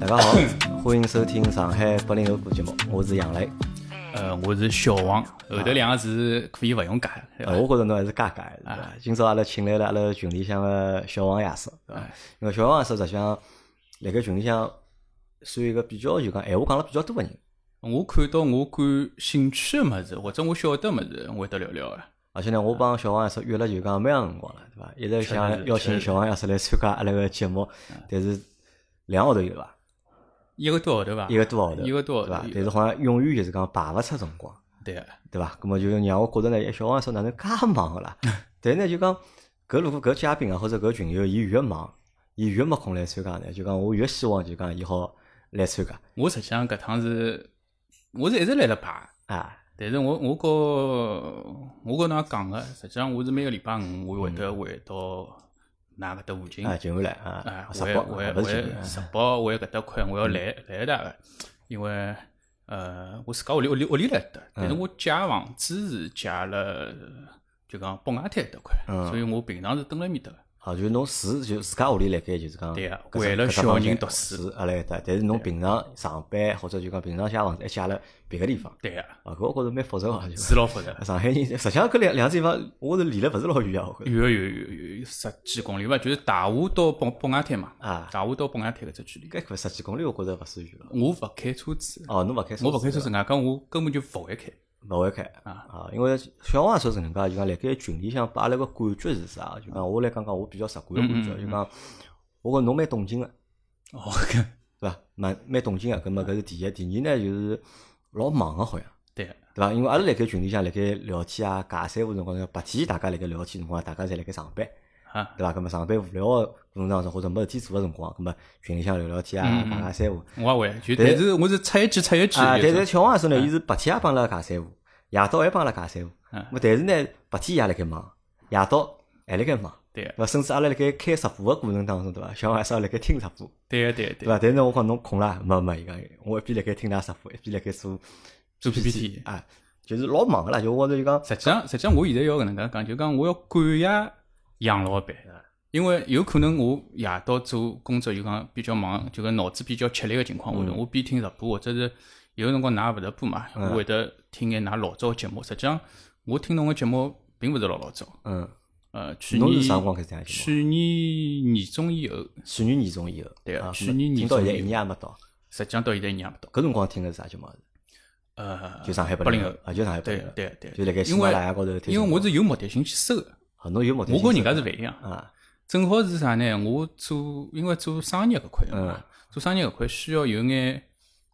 大家好， 欢迎收听上海八零后歌节目，我是杨磊。呃，我是小王，后头两个字可以勿用改，对呃伐我觉着侬还是加加的，对啊伐？今朝阿拉请来了阿拉群里向个小王爷叔，对伐？啊因为小王爷叔实际上辣盖群里向算一个比较就讲闲话讲了比较多个人，我看到我感兴趣的么子，或者我晓得么子，我会得聊聊的。而且呢，我帮小王爷叔约了就讲蛮长辰光了，对伐？一直确实想是邀请小王爷叔来参加阿拉个节目，但是两个号头有伐？一个多号头伐？一个多号头，啊一个多号对伐头。？但是好像永远就是讲排勿出辰光。对啊个，对伐？咁么就让我觉着呢，哎小王说哪能介忙个 啦？但是呢，就讲搿如果搿嘉宾啊，或者搿群友，伊越忙，伊越没空来参加呢，就讲我越希望就讲伊好来参加我实际上搿趟是，我是一直辣辣排，啊。但是我我告我跟㑚讲个，实际上我是每个礼拜五我会得回到㑚搿搭附近啊，近安来啊啊，，我直也播我也啊勿我是也近安直播，我也搿搭块，我要来嗯来一趟个，因为呃，我自家屋里屋里屋里来搭，但是嗯我借房子是借了，就讲北外滩一搭块，嗯所以我平常是蹲辣埃面搭个。啊，就是侬住就自家屋里辣盖，就是讲对啊搿只为了搿只小房人间读书住阿拉一搭，但是侬平常上班或者就讲平常借房子，还借了别个地方对个，啊，搿我觉着蛮复杂个，就是老复杂的，上海人实际上搿两两只地方，我是离了勿是老远啊，我觉着 有有有有有十几公里伐，就是大湖到北北外滩嘛，啊，大湖到北外滩搿只距离应。该搿十几公里，我觉着勿算远了。啊我勿开车子，哦，侬勿开车子，我勿开车子，外加我根本就勿会开。勿会开啊，因为小王也说是搿能介，就讲辣盖群里向拨阿拉个感觉是啥？就讲我来讲讲我比较直观个感觉，就讲我觉侬蛮动静个，哦，对伐？蛮蛮动静个，葛末搿是第一，第二呢就是老忙个好像，对啊个，对伐？因为阿拉辣盖群里向辣盖聊天啊、尬三胡辰光，白天大家辣盖聊天辰光，大家侪辣盖上班，啊，对伐？葛末上班无聊个过程当中或者没事体做个辰光，葛末群里向聊聊天啊、尬尬三胡。我也会，就对但是我是插一句插一句。啊，但就是小王说呢，伊是白天也帮阿拉尬三胡，夜到还帮阿拉尬三胡。嗯么但是呢，白天伊也辣盖忙，夜到还辣盖忙，对个对，伐？甚至阿拉辣盖开直播个过程当中，对伐？小王还是也辣盖听直播，对个，对个，啊对对个，伐？但是呢，我讲侬空啦，没没伊讲，我一边辣盖听㑚直播，一边辣盖做做 PPT。啊，就是老忙个啦。就我觉着就讲，实际上，实际上我现在要搿能介讲，就讲我要感谢杨老板，啊因为有可能我夜到做工作就讲比较忙，就讲脑子比较吃力个情况下头，嗯我边听直播或者是有辰光㑚勿直播嘛，啊我会得听眼㑚老早个节目。实际上，我听侬个节目并勿是老老早，嗯，呃，去侬年是啥辰光开始听节目去年年中以后，去年年中以后，对啊，去年听到年中现在以一年也没到，实际上到现在一年也没到。搿辰光听个是啥节目？呃，就上海八八零零后，啊，就上海八对零个后，对个对个，就辣盖喜因马拉雅为高头听。因为我是有目的性去搜个，啊，侬有目的我性跟人是家吧是勿一样。啊，正好是啥呢？我做因为做商业搿块嘛，做商业搿块需要有眼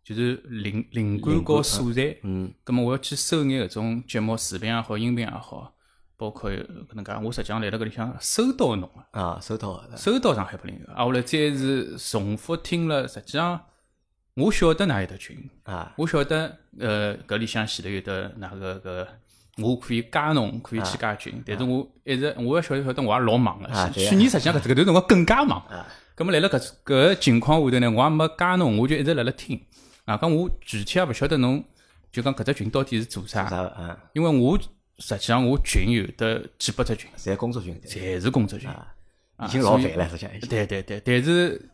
就是灵灵感和素材。嗯，咁么我要去搜眼搿种节目视频也好，音频也好，包括搿能介，我实际上来辣搿里向收到侬啊，啊，收到了。收到上海八零后，啊，后来再是重复听了，实际上我晓得哪有得群，啊，我晓得，呃，搿里向前头有得哪个搿，我可以加侬，可以去加群，但是我一直我也晓得晓得，我也老忙个啊。对去啊去年实际上搿搿段辰光更加忙。咁么辣辣搿搿个情况下头呢，我也没加侬，我就一直辣辣听。啊，讲我具体也勿晓得侬，就讲搿只群到底是做啥？啥嗯，因为我实际上我群有得几百只群，侪工作群体，侪是工作群。啊已经老烦了，实际上已经。对对对，但是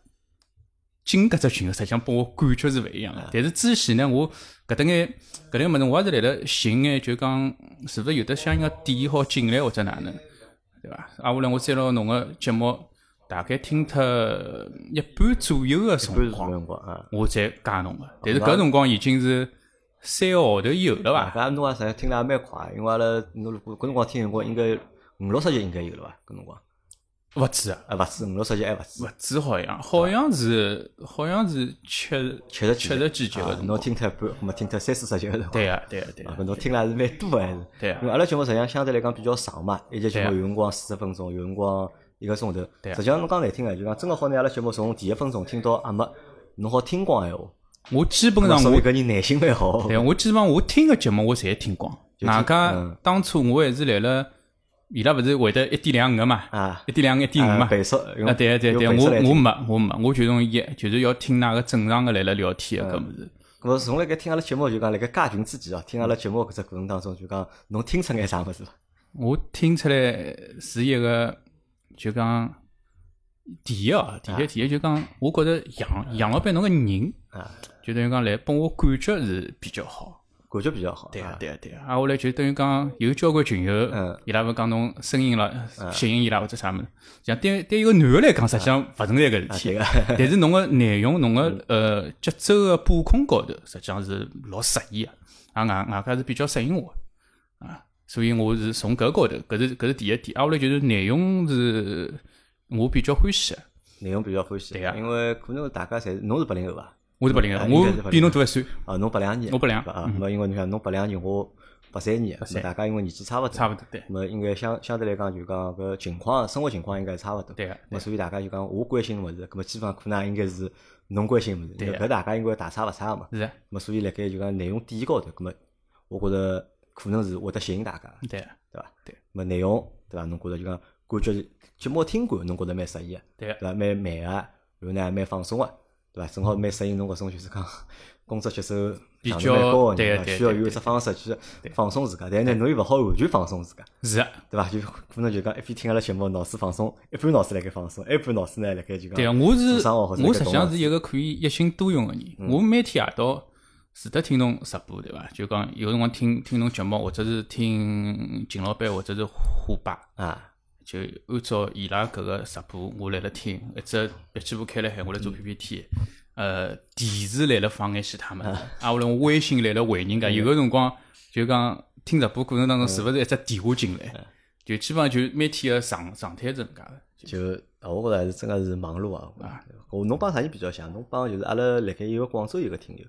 进搿只群，实际上拨我感觉是勿一样个。但是之前呢，我搿搭眼搿搭眼物事，我也是辣辣寻眼，就讲是勿是有得相应个点好进来或者哪能，对伐？啊，后来我再拿侬个节目，大概听脱一半左右个半辰是光，辰光啊，我再加侬个。但是搿辰光已经是三个号头以后了伐？搿侬也实际上听了也蛮快，因为阿拉侬如果搿辰光听辰光应该五六十集应该有了伐？搿辰光勿止啊，啊，勿止五六十集还勿止勿，止好像，好像是好像是七七十七十几集个啊辰侬光。听脱一半，没听脱三四十集个辰光。对啊，对啊，对啊啊，搿侬听了还是蛮多个还是。对啊因为阿拉节目实际上相对来讲比较长嘛，一集节目对有啊辰光四十分钟，有辰光一个钟头。对啊实际上侬讲难听个，就讲真个好拿阿拉节目从第一分钟听到阿末，侬好听光闲话，我基本上说我明搿人耐心蛮好。对，我基本上我听个节目我侪听光。就外听加嗯当初我还是来了，伊拉勿是会得一点两个嘛，啊一点两个一点五啊嘛。倍速用啊，对对用对，倍速来我我听没我没，我就用一就是要听那个正常个来了聊天嗯个搿物事。咁从辣盖听阿拉节目就讲辣盖加群之前哦，听阿拉节目搿只过程当中就讲侬听出眼啥物事伐？我听出来是一个就讲第一啊，第一第一就讲，我觉着杨杨老板侬个人啊，就等于讲来拨我感觉是比较好。感觉比较好。对啊啊，，对啊，对啊。啊，后来就等于讲有交关群友嗯，伊拉勿讲侬声音啦，吸引伊拉或者啥物事。像对对一个男个来讲，实际上勿存在搿事体 啊。但是侬个内容、侬个呃节奏个把控高头，实际上是老适宜个，啊外外加是比较适应我的啊。所以我是从搿高头，搿是搿是第一点。啊，后来就是内容是我比较欢喜个，啊内容比较欢喜。对啊因为可能大家侪侬是八零后伐？我是八零啊后，应该是我比侬大一岁，啊，侬八两年，我八两嗯对吧啊。那么因为侬想侬八两年，我八三年，那么大家因为年纪差勿多，差勿多对那么应该相相对来讲就讲搿情况，生活情况应该差勿多。对啊个那么所以大家就讲我关心个物事，搿么基本上可能应该是侬关心个物事，因为搿大家应该大差勿差个嘛。是啊那么所以辣盖就讲内容点高头，搿么我觉着可能是会得吸引大家，对啊对伐？对。那么内容对伐？侬觉着就讲感觉节目听感，侬觉着蛮适意个。对啊对伐？个蛮慢个，然后呢蛮放松个，对伐？正好蛮适应侬搿种就是讲工作节奏比强度较蛮高个对人，对需要对有一对只方式去放松自家，但是呢侬又勿好完全放松自家，是啊。对伐？就可能就讲一边听阿拉节目，脑子放松，一半脑子辣盖放松，一半脑子呢辣盖就对啊，讲我是做生活或者我搿实际种上啊是一个可以一心多用的人。嗯我每天夜到除得听侬直播，对伐？就讲有辰光听听侬节目，或者是听秦老板，或者是虎爸，啊就按照伊拉搿个直播，我来了听，一只笔记本开了海，我来做 PPT。呃，嗯电视来了放眼其他物事，啊，后来我微信来了回人家，有个辰光就讲听直播过程当中，是勿是一只电话进嗯来，就基本上就每天个状状态是搿能介个。就就啊，我觉着还是真个是忙碌啊。我侬帮啥人比较像？侬帮就是阿拉辣盖有个广州有个听友，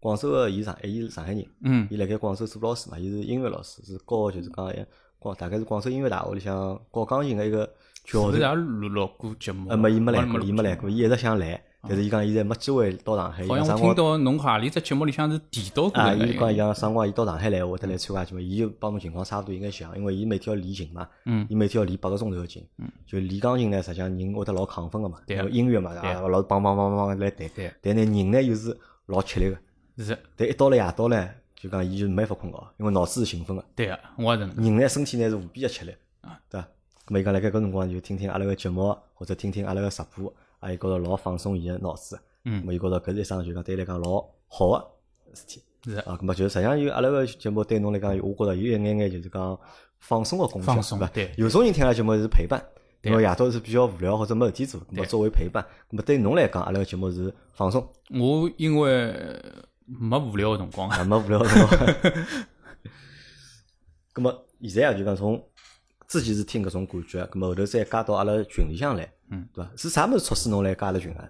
广州个伊上海伊是上海人，嗯，伊辣盖广州做老师嘛，伊是音乐老师，是教就是讲一广大概是广州音乐大学里向教钢琴个一个教授勿是。也录录过节目，呃，没，伊没来我也过，录伊没来过，伊一直想来，但是伊讲伊现在没机会到上海。伊啊好讲像啥我听辰光到侬何里只节目里向是提到过啊，的伊讲伊个，讲啥辰光伊到上海来，我得嗯来参加节目。伊就帮侬情况差勿多应该像，因为伊每天要练琴嘛，嗯伊每天要练八个钟头的琴，就练钢琴呢，实际上人会得老亢奋个嘛，对啊因为音乐嘛，对啊啊，老梆梆梆梆来弹对啊，但呢人呢又是老吃力个，是，但一到了夜到呢，就讲伊就没法困觉，因为脑子是兴奋个，对个，我也是能介。人呢身体呢是无比的吃力啊，对伐？咁么伊讲辣盖搿辰光就听听阿拉个节目，或者听听阿拉个直播，啊，伊觉着老放松伊个脑子，咁嗯，么伊觉着搿是一桩就讲对伊来讲老好个事体是，啊。咁么就是实际上有阿拉个节目对侬来讲，我觉着有一眼眼就是讲放松个功效，放松对伐？对有种人听阿拉节目是陪伴。对因为夜到是比较无聊或者没事体做，咁么对作为陪伴，咁啊么对侬来讲，阿拉个节目是放松，我因为呃没无聊个辰光，啊，没无聊的 辰光。咁么现在啊，就讲从之前是听搿种感觉，咁么后头再加到阿拉群里向来，嗯，对伐？是啥物事促使侬来加阿拉群啊？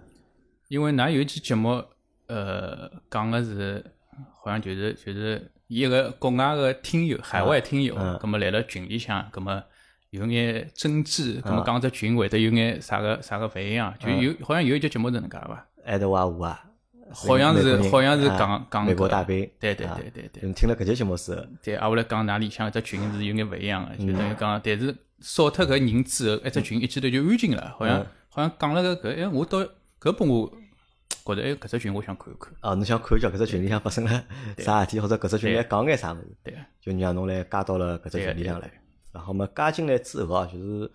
因为㑚有一期节目，呃，讲个是好像就是就是一个国外个听友，海外听友，嗯葛么来了群里向，葛么有眼争执，葛么讲只群会得有眼啥个啥个勿一样，就有好像有一节节目是能介伐？爱德华五啊，好像美是国人好像是啊讲讲美国搿大兵，对对啊对对对嗯听了搿节节目是，对，啊，我来讲，㑚里向一只群是有眼勿一样个，嗯就等于讲，但是少脱搿人之后，一只群一记头就安静了，好嗯像好像讲了搿搿，哎，我到搿拨我觉着，哎，搿只群我想看一看，啊，侬想看一下搿只群里向发生了啥事体，或者搿只群里对向讲眼啥物事？对，就让侬来加到了搿只群里向来对。然后嘛，加进来之后啊，就是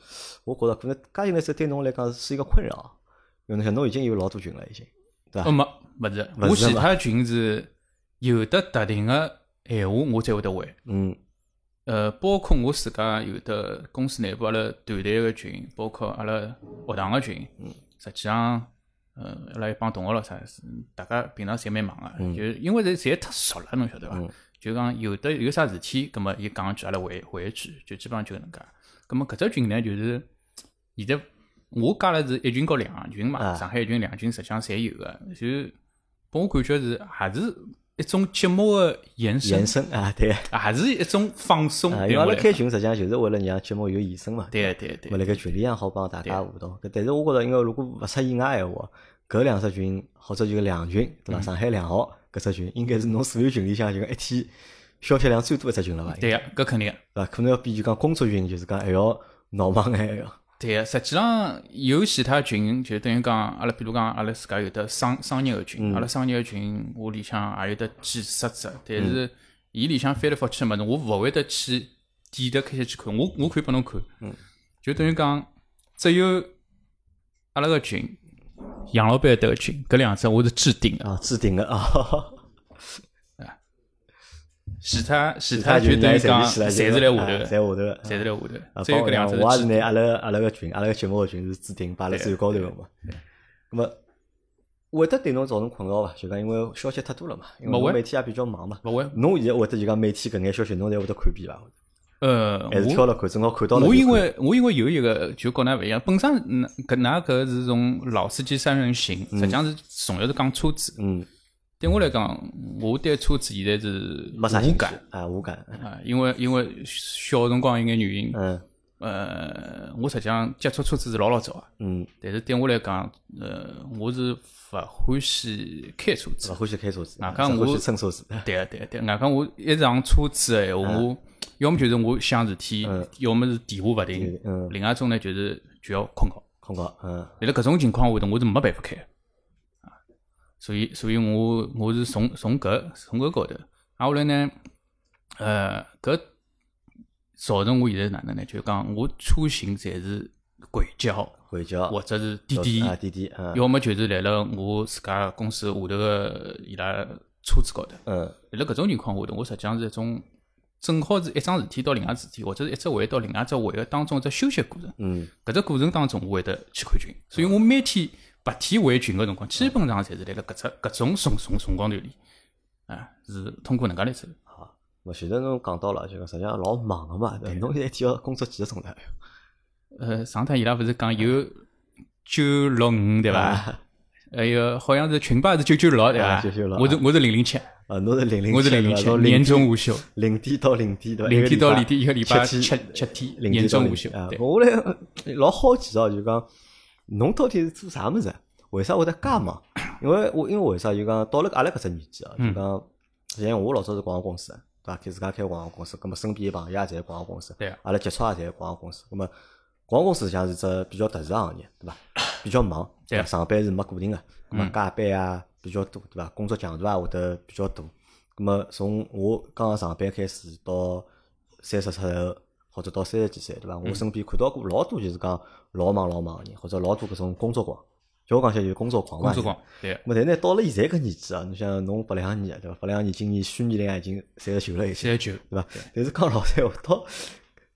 我觉着可能加进来之后对侬来讲是一个困扰，因为侬想侬已经有老多群了，已经，对哦伐？没，勿是，勿我是其嘛他群是有的特定个闲话我才会得回，嗯，呃，包括我自家有的公司内部阿拉团队个群，包括阿拉学堂个群，嗯实际上，呃，阿拉一帮同学咯啥，是大家平常侪蛮忙个，嗯就因为侪侪太熟了，侬晓得伐？就讲有的有啥事体，葛末伊讲一句，阿拉回回一句，就基本上就搿能介。葛末搿只群呢，就是现在我加了是一群和两群啊嘛，上海一群两群，实际上侪有个，就拨我感觉是还是一种节目个延伸延，伸啊，对啊，还是一种放松。因为对阿我拉来开讲群实际上就是为了让节目有延伸嘛，对对对咁么辣盖群里向好帮大家互动。搿但是我觉着，因为如果勿出意外闲话，搿两只群或者就两群，嗯对伐？上海两校搿只群应该是侬所有群里向就讲一天消息量最多一只群了伐？对个，搿肯定个。对伐？可能要比就讲工作群就是讲还要闹忙眼个。对个，实际上有其他群，就等于讲，阿拉比如讲，阿拉自家有的商商业个嗯群，阿拉商业个群，我里向也有得几十只，但嗯是伊里向翻来覆去个物事，我勿会得去嗯点得开始去看，我我可以拨侬看，就等于讲，只有阿拉个群，杨老板迭个群，搿两只我是置顶的，啊，置顶个啊，其他其其 他就就等于讲，起来侪就是来下头啊的，侪下头个。侪是来下头的，啊只有搿两只包括我也置是顶拿阿拉阿拉个群，阿拉个节目个群是置顶啊摆辣最高头个嘛。那么会得对侬造成困扰伐？就讲因为消息太多了嘛，因为勿侬会每天也比较忙嘛。勿会。侬现在会得就讲每天搿眼消息，侬侪会得看遍伐？呃，还是挑我了看，正好看到了就看。我因为我因为有一个就跟㑚勿一样，本身嗯搿㑚搿是从老司机三人行，实际上是重要是讲车子。嗯，对我来讲，我对车子现在是没啥兴无趣感啊，无感。啊，因为因为小辰光有眼原因，嗯呃，我实际上接触车子是老老早啊，嗯，但是对我来讲，呃，我是勿欢喜开车子勿。欢喜开车子，外只加欢喜我乘车 子。对啊对啊对啊，外加我一上车子的闲话，嗯我要么就是我想事体，要么是电话勿停，嗯，另外一种呢就是就要困觉。空觉。嗯辣辣搿种情况下头，我是没办法开的啊。所以，所以我我是从从搿从搿高头，挨下来呢，呃，搿造成我现在哪能呢？就是讲我出行侪是轨交，回家。或者是滴滴，啊，滴滴。嗯要么就是来了我自家公司下头个伊拉车子高头。嗯辣搿种情况下头，我实际上是一种正好是一桩事体到另外事体，或者是一只会到另外只会个当中一只休息过程。嗯搿只过程当中，我会得去看群，所以我每天白天回群个辰光，基本上侪是辣辣搿只搿种辰辰辰光段里，啊，是通过能介来走。好。我前头侬讲到了，就讲实际上老忙个嘛，对伐侬现在一天要工作几个钟头？呃，上趟伊拉勿是讲有九六五对伐？还有好像是群霸是九啊九六对啊伐996？我是我是零零七，啊，侬是零零我是零零七，年终午休，零点到零点对伐？零一天个到零点一个礼拜七七天七天，零点年到终零午休啊，对。我来老好奇哦，就讲侬到底是做啥物事？啊为啥会得介 忙？因为我因为为啥就讲到了阿拉搿只年纪哦，嗯就讲像我老早是广告公司，对伐？开自家开广告公司，葛末身边朋友也侪广告公司，对啊阿拉接触也侪广告公司，葛末广告公司像是只比较特殊行业，对伐？比较忙，对啊嗯吧上班是没固定个，葛末加班啊比较多，对伐？工作强度啊会得比较大。葛末从我刚刚上班开始到三十出头，或者到三十几岁，对伐？嗯我身边看到过老多就是讲老忙老忙个人，或者老多搿种工作狂。就我讲起来就是工作狂嘛。工作狂，对，么但呢，到了现在搿年纪啊，侬想侬八两年啊对伐？八两年今年虚年龄也已经三十九了已经，三十九，对伐？但是讲老实闲话，到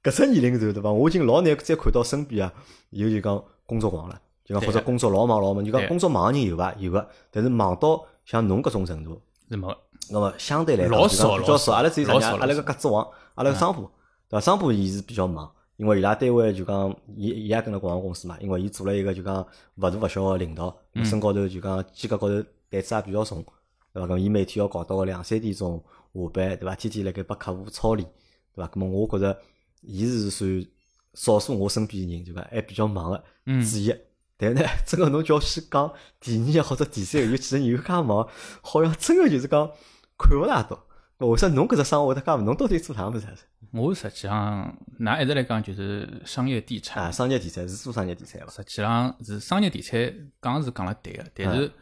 搿只年龄段对伐？我已经老难再看到身边啊有就讲工作狂了，就讲对或者工作老忙老忙，就讲对工作忙个人有伐？有个，但是忙到像侬搿种程度，是没个，那么相对来讲老就讲少比老较少少。阿拉只有啥老呢？少阿拉老个格子王，阿拉个商铺，对伐？商铺伊是比较忙，因为伊拉单位就讲，伊伊也跟了广告公司嘛，因为伊做了一个就讲勿大勿小个领导，嗯身高头就讲肩胛高头担子也比较重，对伐？咁伊每天要搞到个两三点钟下班，对伐？天天辣盖拨客户操练，对伐？咁么我觉着伊是算少数我身边人，对伐？还比较忙个嗯之一。但 呢，真个侬叫我去讲第二个或者第三个，有几个人有介忙，好像真个就是讲看勿大到。为啥侬搿只生活得介忙？侬到底做啥物事啊我实际上，㑚一直来讲就是商业地产啊？，商业地产是做商业地产伐？实际上是商业地产讲是讲了对个，但嗯是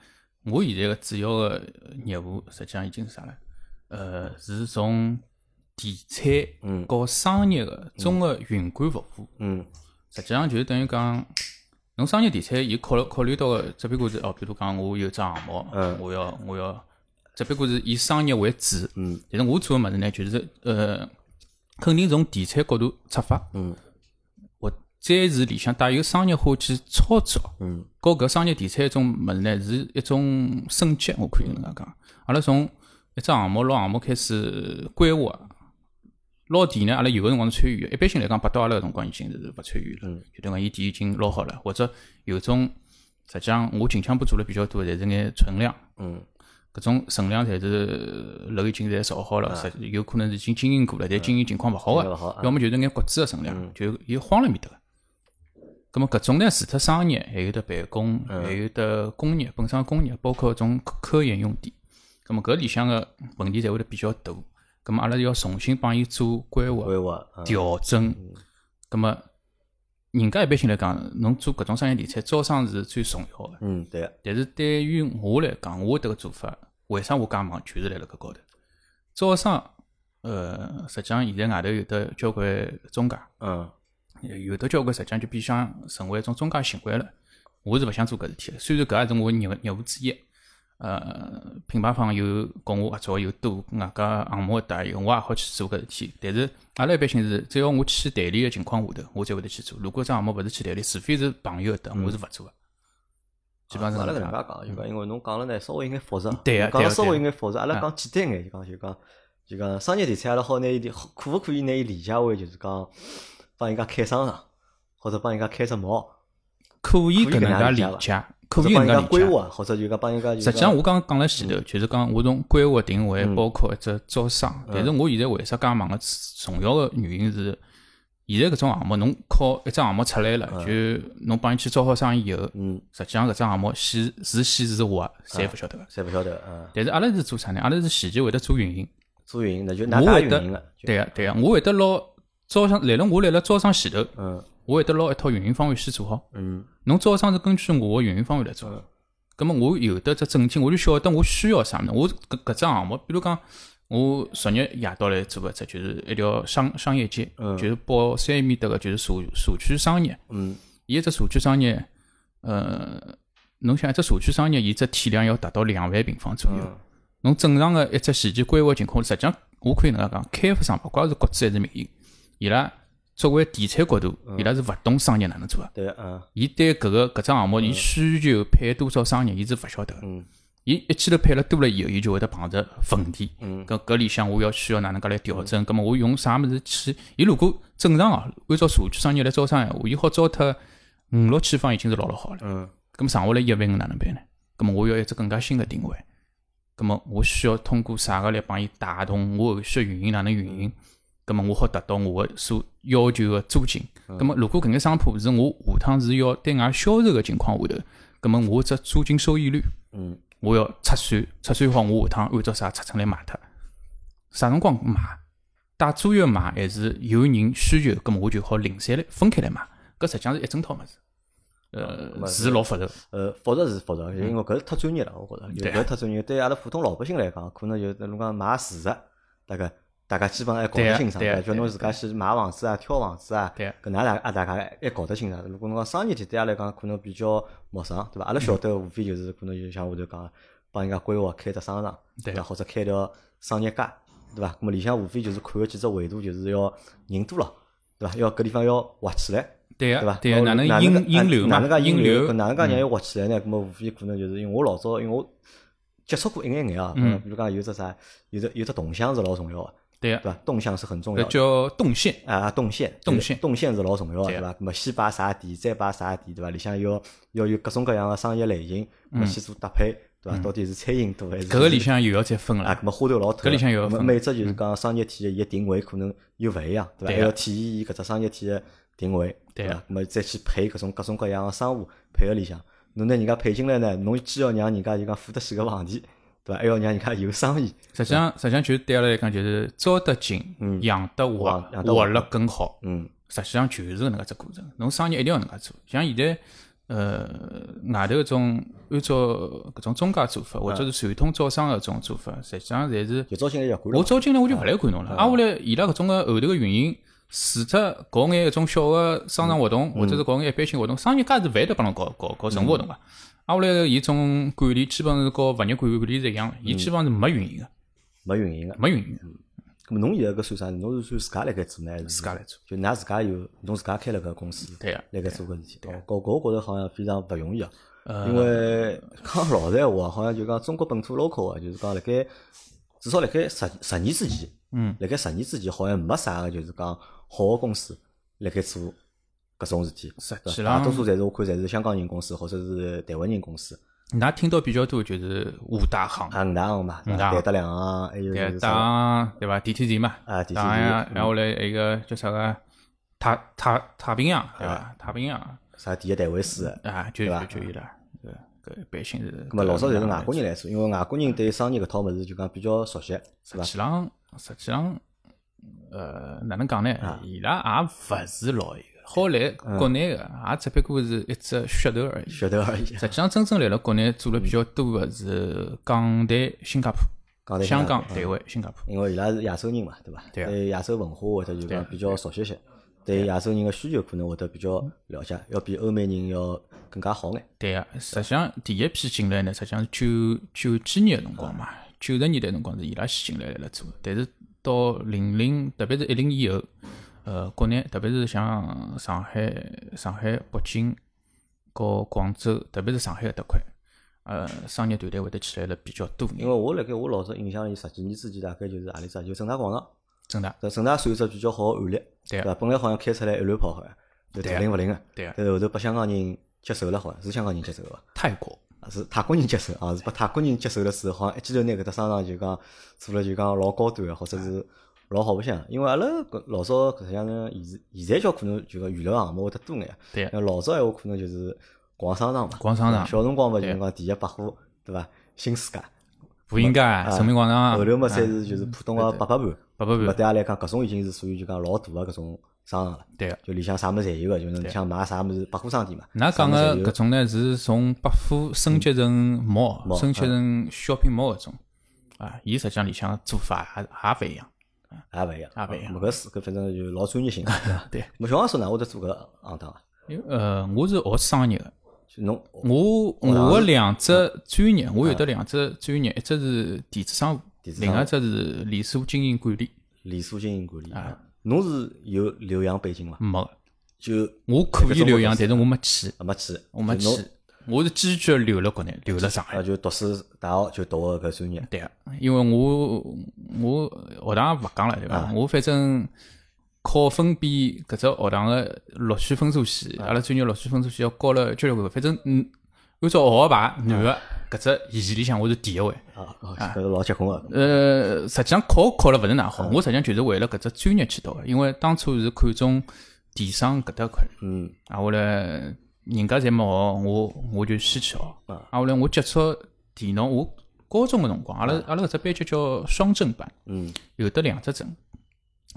我现在个主要个业务实际上已经是啥了？呃，是从地产嗯和商业个综合云管服务，嗯实际上就是等于讲，侬商业地产伊考虑考虑到个只不过是哦，比如讲我有只项目，嗯我要我要，只不过是以商业为主，嗯但是我做个物事呢，就是呃，肯定从地产角度出发，嗯我再是里向带有商业化去操作。嗯和搿商业地产一种物事呢，是一种升级。我可以跟大家讲，阿拉从一只项目、老项目开始规划，捞地呢，阿拉有个辰光是参与的。一般性来讲，拨到阿拉个辰光已经是勿参与了，就等于讲伊地已经捞好了，或者有种实际上我近腔部做了比较多的，侪是眼存量。嗯搿种存量侪是楼已经侪造好了，实有可能是已经经营过了，但经营情况勿好经营个勿好啊，要么就是眼国资个嗯存量，就伊荒了面搭个。葛末搿种呢，除脱商业，还有得办公，嗯还有得工业，本身工业包括种科科研用地。葛末搿里向个问题侪会得比较大。葛末阿拉要重新帮伊做规划、规划嗯调整。葛末人家一般性来讲，侬做搿种商业地产，招商是最重要个。嗯，对个，但是对于我来讲，我迭个做法，为啥我介忙，就是辣辣搿高头。招商，呃，实际上现在外头有得交关中介，嗯有得交关实际上就变相成为一种中介行为了。我是勿想做搿事体的。虽然搿也是我业务业务之一，呃，品牌方有跟我合作有多外加项目搭有，我也好去做搿事体。但是阿拉一般性是，只要我去代理个情况下头，我才会得去做。如果只项目勿是去代理，除非是朋友搭，我是勿做个。基本上啊阿拉搿能是介搿样。讲，就讲因为侬讲了呢，稍微有眼复杂，对啊侬讲了对啊稍对微啊有眼复杂，阿拉讲简单眼，就讲就讲就讲商业题材，阿拉好拿伊理可勿可以拿伊理解为就是讲帮人家开商场，或者帮人家开只毛，可以可以搿搿能能介介理理解，可或以者帮搿人家能介理规解。划，或者就讲帮人家就嗯实际上，讲我刚刚讲了前头，就是讲我从规划定位，包括一只招商。但嗯是我现在为啥介忙个重要个原因是，现在搿种项目，侬靠一只项目出来了，就侬帮伊去招好生意以后，嗯，实际上搿只项目喜是喜是坏，侪勿晓得个。侪勿晓得，嗯，但是阿拉是做啥呢？阿拉是前期会得做运营，做运营的就㑚我家会运营得的，就对个对个，我会得拿招商，来了我来了招商前头，嗯我会得拿一套运营方案先做好。嗯侬招商是根据我个运营方案来做的。葛么我有得只整体，我就晓得我需要啥物事。我搿搿只项目，比如讲，我昨日夜到来做一只，就是一条商商业街，就是包三面搭个，就是社社区商业。嗯伊一只社区商业，呃，侬想一只社区商业，伊只体量要达到两万平方左右。侬正常个一只前期规划情况，实际上我可以能介讲，开发商勿管是国资还是民营，伊拉作为地产角度，伊拉是勿懂商业哪能做个。对嗯伊对搿个搿只项目，伊需求配多少商业，伊是勿晓得的。嗯伊一记头配了多了以后，伊就会得碰着问题。嗯搿搿里向我要需要哪能介来调整？葛末我用啥物事去？伊如果正常啊，按照社区商业来招商闲话，伊好招脱五六千方已经是老老好了。嗯葛末剩下来一万五哪能办呢？葛末我要一只更加新的定位。葛末我需要通过啥个来帮伊带动我后续运营哪能运营？葛末我好达到我的所要求的租金。葛末如果搿眼商铺是我下趟是要对外销售的情况下头，葛末我只租金收益率嗯我要测算，测算好我下趟按照啥尺寸来卖脱，啥辰光卖，带租约卖还是有人需求，葛末我就好零散来分开来卖。搿实际上是一整套物事，么呃，是老复杂。呃，复杂是复杂，因为搿是太专业了，我觉着，就嗯对搿太专业，对阿拉普通老百姓来讲，可能就那侬讲买住宅，大概大家基本上还搞对得啊清爽，对啊对吧叫对啊侬自家去买房子啊、挑房子啊，对啊搿哪大啊大家还搞得清爽。如果侬讲商业题对阿拉来讲，可能比较陌生，对伐？嗯阿拉晓得无非就是可能就像我头讲，帮人家规划开只商场，对啊伐？或者开条商业街，对伐？那么里向无非就是看个几只维度，就是要人多了，对伐？要搿地方要活起来。对对个伐？，对个，哪能引引流哪嘛？能介引流？流嗯搿，哪能介让伊活起来呢？搿啊么无非可能就是因为我老早，因为我接触过一眼眼啊，嗯比如讲有只啥，有只有只动向是老重要的，对对个，伐？动向是很重要搿的。叫动线。啊，动线，呃动就是线动线是老重要的，对啊对伐？那么先摆啥地，再摆啥地，对伐？里向要要有各种各样的商业类型，那么先做搭配，对伐？到底是餐饮多还是？嗯搿个里向又要再分啊，了搿，么花头老透。搿里向有搿么分嗯每只就是讲商业体验，伊个定位可能又勿一样，对伐？对还啊要体现伊搿只商业体验定位，对啊伐？搿么再去配各种各种各样个商户配合里向，侬拿人家配进来呢，侬既要让人家就讲付得起个房钿，对伐？还要让人家有生意，实际上，实际上就是对阿拉来讲，就是招得紧，养得活养养，嗯得活活了更好。嗯实际上就是搿能介只过程。侬生意一定要搿能介做，像现在呃外头搿种按照搿种中介做法，或者啊是传统招商搿种做法，实际上侪是就招进来要管了我。招进来我就勿来管侬了，啊挨下来伊拉搿种个后头个运营。除脱搞眼一种小个商场嗯活动，或者是搞眼一般性活动，商业街是勿会得帮侬搞搞搞任何活动个。挨下来伊种管理基本上是跟物业管理是一样的，嗯伊基本上是没运营个，没运营个，没运营嗯个，咁么侬现在搿算啥？侬是算自家辣盖做呢，还是自家来做。就㑚自家有，侬自家开了搿公司，对啊个，辣盖做搿事体，哦，搿搿我觉着好像非常勿容易啊。呃因为讲老实闲话，好像就讲中国本土 local 啊，就是讲辣盖至少辣盖十十年之前，嗯，辣盖十年之前好像没啥个就是讲好个公司辣盖做搿种事体。实对际吧大上多数侪是我看侪是香港人公司或者是台湾人公司，㑚听到比较多就是五大行，啊五大行嘛，五大行台德两行，啊还有就对，是啥打对伐？地铁站嘛，啊地铁打站呀，然后来一个叫啥个太太太平洋对伐？太平洋啥第一台湾师，啊，啊就对吧就就伊拉，对搿一般性是。咁么老早侪是外国人来做，因为外国人对商业搿套物事就讲比较熟悉，是实伐？际上，实际上，呃，哪能讲啊呢？伊拉也勿是老一个，好来嗯国内个也只不过是一只噱头而已。噱头而已。实际上，真正来了国内做了比较多个是港台、新加港坡、台香新加港坡、嗯台湾、新加坡。因为伊拉是亚洲人嘛，对伐？对啊啊亚洲文化或者就讲比较熟悉些，对亚洲人个需求可能会得比较了解，要比欧美人要更加好眼。对个、实际上第一批进来呢，实际上是九九几年个辰光嗯嘛，九十年代辰光是伊拉先进来来了做，但是到零零，特别是一零以后，呃，国内特别是像上海、上海、北京、和广州，特别是上海搿搭块，呃，商业团队会得起来了比较多因人为。我辣盖我老早印象里十几年之前，大概就是阿里只，就正大广场，真的，正正大算一只比较好个案例，对啊伐？本来好像开出来一乱跑好像，就对大啊灵勿灵个，对个、但是后头被香港人接受了，好像是香港人接受个伐？泰国，啊是泰国人接受啊，是把泰国人接受了之后，好像一记头拿搿只商场就讲做了就讲老高端个，或者是老好白相。因为阿拉搿老早搿实际上呢，现现在叫可能就讲娱乐项目会得多眼。对个、那老早闲话可能就是逛商场嘛，逛商场小辰光嘛，就对是讲第一百货，对伐？新世界，步行街、人民啊广场，呃后头嘛，嗯才是就是浦东个八佰伴。八佰那伴，对阿拉来讲，搿种已经是属于就讲老大个搿种商场了，对个。就里向啥物事侪有个，就是你想买啥物事，百货商店嘛。㑚讲啥个物事侪有搿种呢，是从百货升级成 mall， mall，升级成 shopping mall 搿种啊，伊实际上里向做法也也勿一样。也勿一样，啊也勿一样咾搿是搿反正就老专业性个，对伐 ？对咾小王说哪会得做搿行当啊？因为呃，我是学商业个，就侬我我个两只专业，我有得两只专业，一只是电子商务，电子商务另外一只是连锁经营管理，连锁经营管理，啊侬是有留洋背景伐？没个。就我可以留洋，这但是我没去，啊没去，我没就去侬，我是坚决留辣国内，留辣上海啊，。就读书大学就读个搿专业，对啊，因为我我学堂也勿讲了，对伐？我反正考分比搿只学堂个录取分数线，阿拉专业录取分数线要高了交关。反正嗯，按照学牌男个搿只线里向我是第一位。啊，哦搿是老结棍个，呃，实际上考考了勿是哪好，我实际上就是为了搿只专业去读个，因为当初是看中电商搿搭块。嗯，啊，后来人家侪没学，我我就先去学。啊，后来我接触电脑，我高中个辰光，阿拉阿拉搿只班级叫双证班，嗯有得两只证，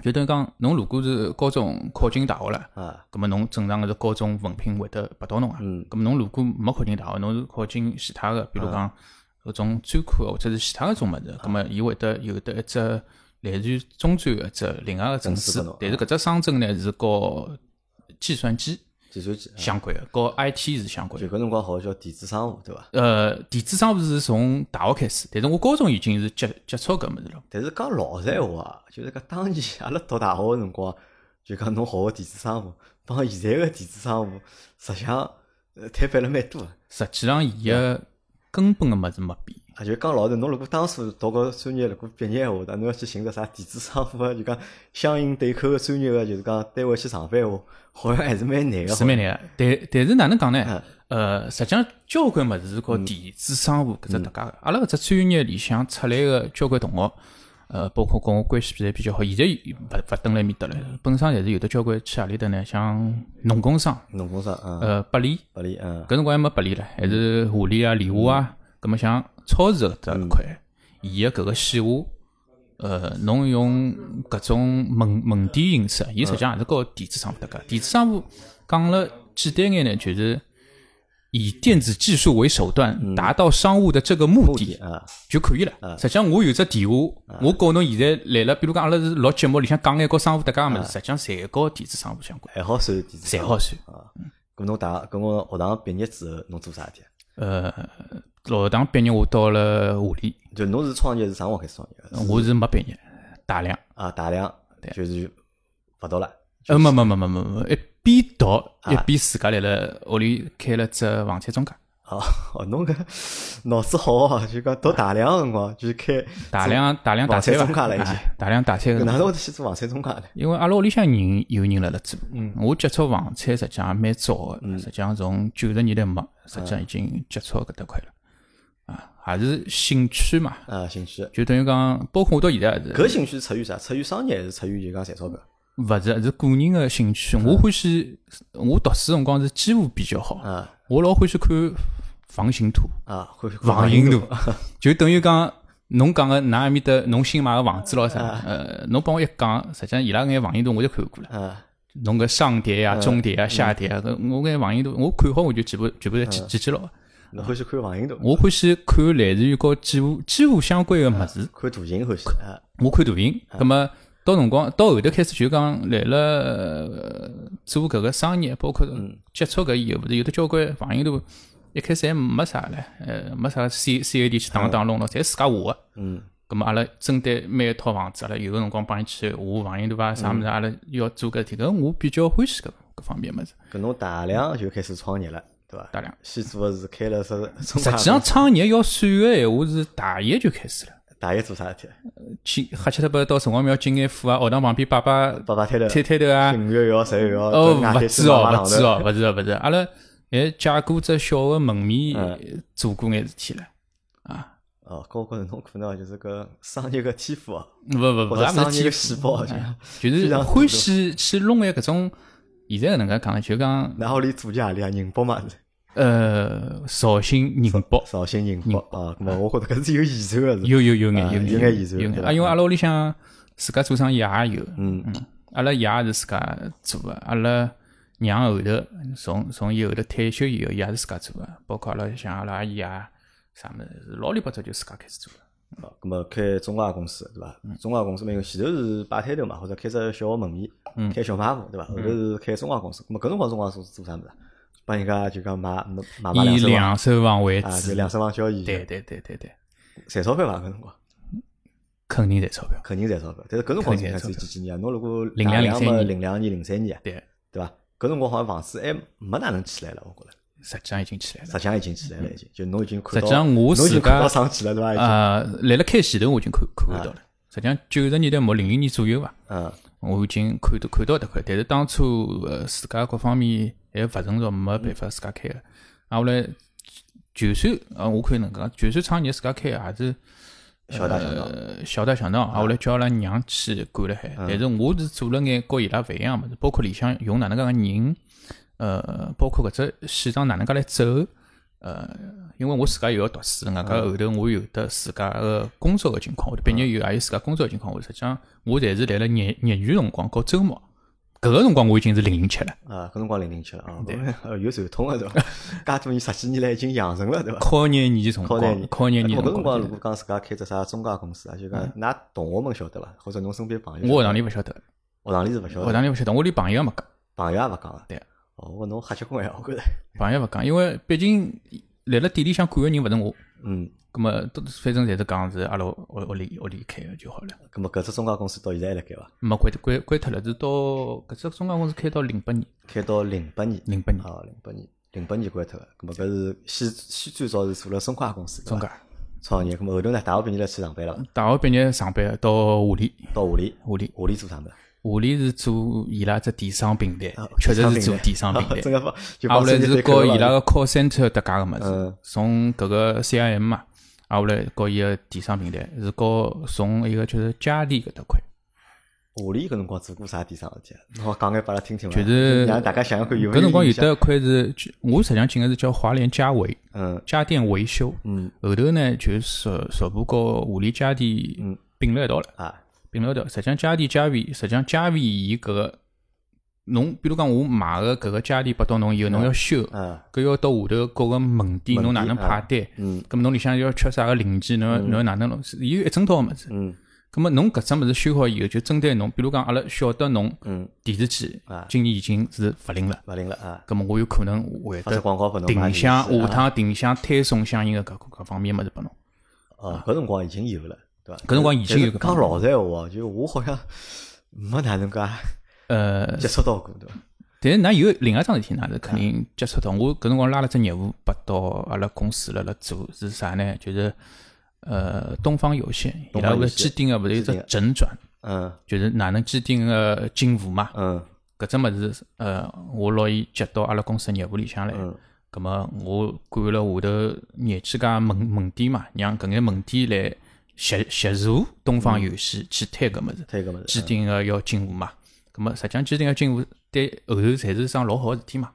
就等于讲侬如果是高中考进大学了。啊，咁么侬正常个是高中文凭会得拔到侬啊。嗯咁么侬如果没考进大学，侬是考进其他个，比如讲搿种专科或者是其他个种物事，咁么伊会得有得一只类似于中专个一只另外个证证书拨书侬，但是搿只商证呢是和计算机计算机，啊相关个，和 IT 是相关就个。搿辰光好像叫电子商务对伐？呃，电子商务是从大学开始，但是我高中已经是接接触搿物事了。但是讲老实闲话啊，就是讲当年 阿拉读大学个辰光，就讲侬学个电子商务，帮现在个电子商务，实际上呃摊板了蛮多个。实际上，伊个根本个物事没变。啊，就讲老实，侬如果当初读个专业，如果毕业闲话，那侬要去寻个啥电子商务啊，就讲相应对口个专业个，就是讲单位去上班闲话，好像还是蛮难个。是蛮难个。但但是哪能嗯讲呢？呃，实际上交关物事是和电子商务搿只搭界个。阿拉搿只专业里向出来个交关同学，呃，包括跟我关系比比较好，现在也勿勿蹲辣埃面搭了。本身侪是有的交关去何里搭呢？像农工商，农工商啊，呃，百里，不里嗯搿，辰光还没百里唻，还是华里啊、联华啊。葛末像超市搿搭块，伊个搿个线下。呃，侬用搿种门门店形式，伊实际上也是和电子商务搭界。电子商务讲了简单眼呢，就是以电子技术为手段，达到商务的这个嗯目目的的嗯啊，就可以了。实际上，我有只电话，我告侬现在来了，比如讲阿拉是录节目里向讲眼和商务搭界个物事，实际上侪和电子商务相关，还好算电子侪商务。嗯好算。搿侬大，搿我学堂毕业之后，侬做啥事体啊？呃，老堂毕业我到了华里，就侬是创业是啥辰光开始创业的？我是没毕业，大两，啊，大量就是勿读了，呃，没没没没没没，一边读啊一边自家来了屋里开了只房产中介，哦，哦侬搿脑子好哦，就讲读大量个辰光就开，大量大量大三房产中介了已经哎大量大三搿个哪能会得去做房产中介呢？因为阿拉屋里向人有人辣辣做，嗯我接触房产实际上也蛮早个，实际上从九十年代末，实际嗯上已经接触搿搭块了，啊，也是兴趣嘛，啊，兴趣。就等于讲，包括我到现在也是，搿兴趣是出于啥？出于商业还是出于就讲赚钞票？勿是是个人个兴趣，我欢喜，我读书辰光是几乎比较好，啊我老欢喜看房型图、啊，会房型图， 就等于讲。侬讲个，㑚埃面搭侬新买个房子咯啥？呃，侬帮我一讲，实际上伊拉眼房型图我就看过了。啊，侬个上叠呀、中叠呀、下叠呀，搿我眼网易都我看好我就全部全部侪记记记牢了。侬欢喜看房型图，我欢喜看来自于和几乎几乎相关个物事，看图形欢喜啊我看图形，葛么到辰光到后头开始就讲来了呃做搿个生意，包括嗯接触搿以后，勿是有的交关朋友都一开始还没啥唻，呃，没啥 C C A D 去打打弄弄，侪自家画个。啊嗯咁么阿拉针对每一套房子，阿拉有个辰光帮伊去画房型图啊，嗯啥物事，阿拉要做搿事体，搿我比较欢喜搿搿方面物事。搿侬大量就开始创业了，对伐？大量先做个是开了是中实介际上创业要算个闲话是大一就开始了，大爷做啥事体？去黑七搭八到城隍庙进眼货啊，学堂旁边摆摆爸爸推头，摊摊头啊，五月一号、十月一号，哦，跟外勿头止去买哦，糖勿头止哦，勿是哦，勿是。阿拉哎还借过只小个门面嗯做过眼事体了。啊，哦，高觉侬可能就是搿商业个天赋哦，勿勿或勿，者也勿商业是个天细胞，就哎就非是常欢喜去弄眼搿种。现在搿能介讲，就讲然后里左家里啊，宁波嘛，呃，绍兴、宁波，绍兴宁波啊，咁么我觉着搿是有遗传个是吧，有有有眼啊有有眼遗传有对眼。吧啊，因为阿拉屋里向自家做生意也有，嗯阿拉爷是自家做个，阿拉娘后头从从伊后头退休以后，伊也是自家做个，包括阿拉像阿拉阿姨啊啥物事，老里八早就自家开始做了。哦，咁么开中介公司对伐？嗯中介公司嘛，因为前头是摆摊头嘛，或者开只小个门面，嗯开小卖部对伐？后头是开中介公司，咁么搿辰光中介公司做啥物事啊？帮人家就讲买买买以啊两手房两手房为主啊，，就两手房交易，对对对对对，赚钞票伐？搿辰光肯定赚钞票。肯定赚钞票，但是搿辰光肯定应该赚是钞几几年啊？侬如果零两零三嘛年零两年、零三年啊，对，对伐？搿辰光好像房子还没哪能起来了，我觉着。实际上已经起来实了。际上已经起来了，已经就侬已经看到，实际上我侬已自经家看到上去了，对伐？已经，啊呃，来了开前头我已经看看得到了。实际上九十年代末零零年左右吧，嗯我已经看到看到迭块，但是当初呃自家各方面还勿成熟，没办法自家开个。啊，后来就算啊，我可以能讲，就算创业自家开个也是小打小闹呃小打小闹。啊，后来叫阿拉娘去管了啊海，但是我是做了眼和伊拉勿一样个物事，包括里向用哪能介个人，呃，包括搿只市场哪能介来走，呃，因为我自家又要读书，外啊加后头我有得自家个工作个情况，我毕业以后也有自家工作个情况，我实际上我侪是辣辣业业余辰光和周末，搿个辰光我已经是零零七了，啊，搿辰光零零七了啊， 呃有传统个对伐？ 介多年十几年来已经养成了对伐？考研年级辰靠那年光，，考 研年我级搿辰辰光光如，果讲自家开只啥中介公司啊，就讲㑚同学们晓得伐？或者侬身边朋友晓得伐，我学堂里勿晓得，学堂里是勿晓学得，堂里勿晓得，我连朋友也没讲。朋友也勿讲啊。对啊哦，我侬瞎结棍呀，我觉着，朋友勿讲，因为毕竟来了店里向管个人勿是我，嗯，葛么都反正侪是讲是阿拉屋屋里屋里开个就好了，葛么搿只中介公司到现在还辣盖伐？没关关关脱了，是到搿只中介公司开到零八年，开到零八年，零八年啊，零八年，零八年关脱个，葛么搿是先先最早是做了中介公司，对伐中介创业，葛么后头呢，大学毕业了去上班了伐，大学毕业上班到华联，到华联。华联华联做啥物事？华联是做伊拉只电商平台啊，确实是做电电商商平平台 啊，真台 个帮就啊，帮后来生意是对口搞了伊拉嘛个 call center 搭架个物事嗯，从搿个 CRM 嘛，啊，后来搞伊个电商平台，是搞从一个就是家电搿搭块。华联搿辰光做过啥电商事体啊？侬好讲眼拨阿拉听听嘛，就是让大家想想看有没搿有辰光有印象得一块是，我实际上进个是叫华联家维嗯家电维修，嗯后头呢就逐逐步和华联家电嗯并了一道了，啊并了一道。实际上家电家维，实际上家维伊搿个，侬比如讲我买个搿个家电拨到侬以后，侬要修，啊搿要到下头各个门店门侬哪店能啊派单，嗯搿么侬里向要缺啥个零件，侬要侬要哪能弄，是伊有一整套个物事。嗯咁么侬搿只物事修好以后，就针对侬，比如讲阿拉晓得侬嗯电视机啊今年已经是勿灵了。勿灵了啊，咁么我有可能会发出得广告拨侬买定向电视下趟定向推送相应的搿搿方面物事拨侬。哦，搿辰光已经有了，对伐？搿辰光已经有但是搿讲老实闲话，就我好像没哪能介呃，接触到过，对伐？但是㑚有另外一桩事体，㑚是嗯肯定接触到。我搿辰光拉了只业务拨到阿拉公司辣辣做，是啥呢？就是呃，东方有线，伊东拉方勿有是线既定个勿是有既定只的整转，嗯就是哪能既定个进户嘛。嗯搿只物事，呃，我拿伊接到阿拉公司业务里向来。嗯咁么我管了下头廿几家门门店嘛，让搿眼门店来协协助东方有线去推搿物事，推搿物啊既事，定个要进货嘛。咁么实际上既定个进货对后头侪是桩老好个事体嘛。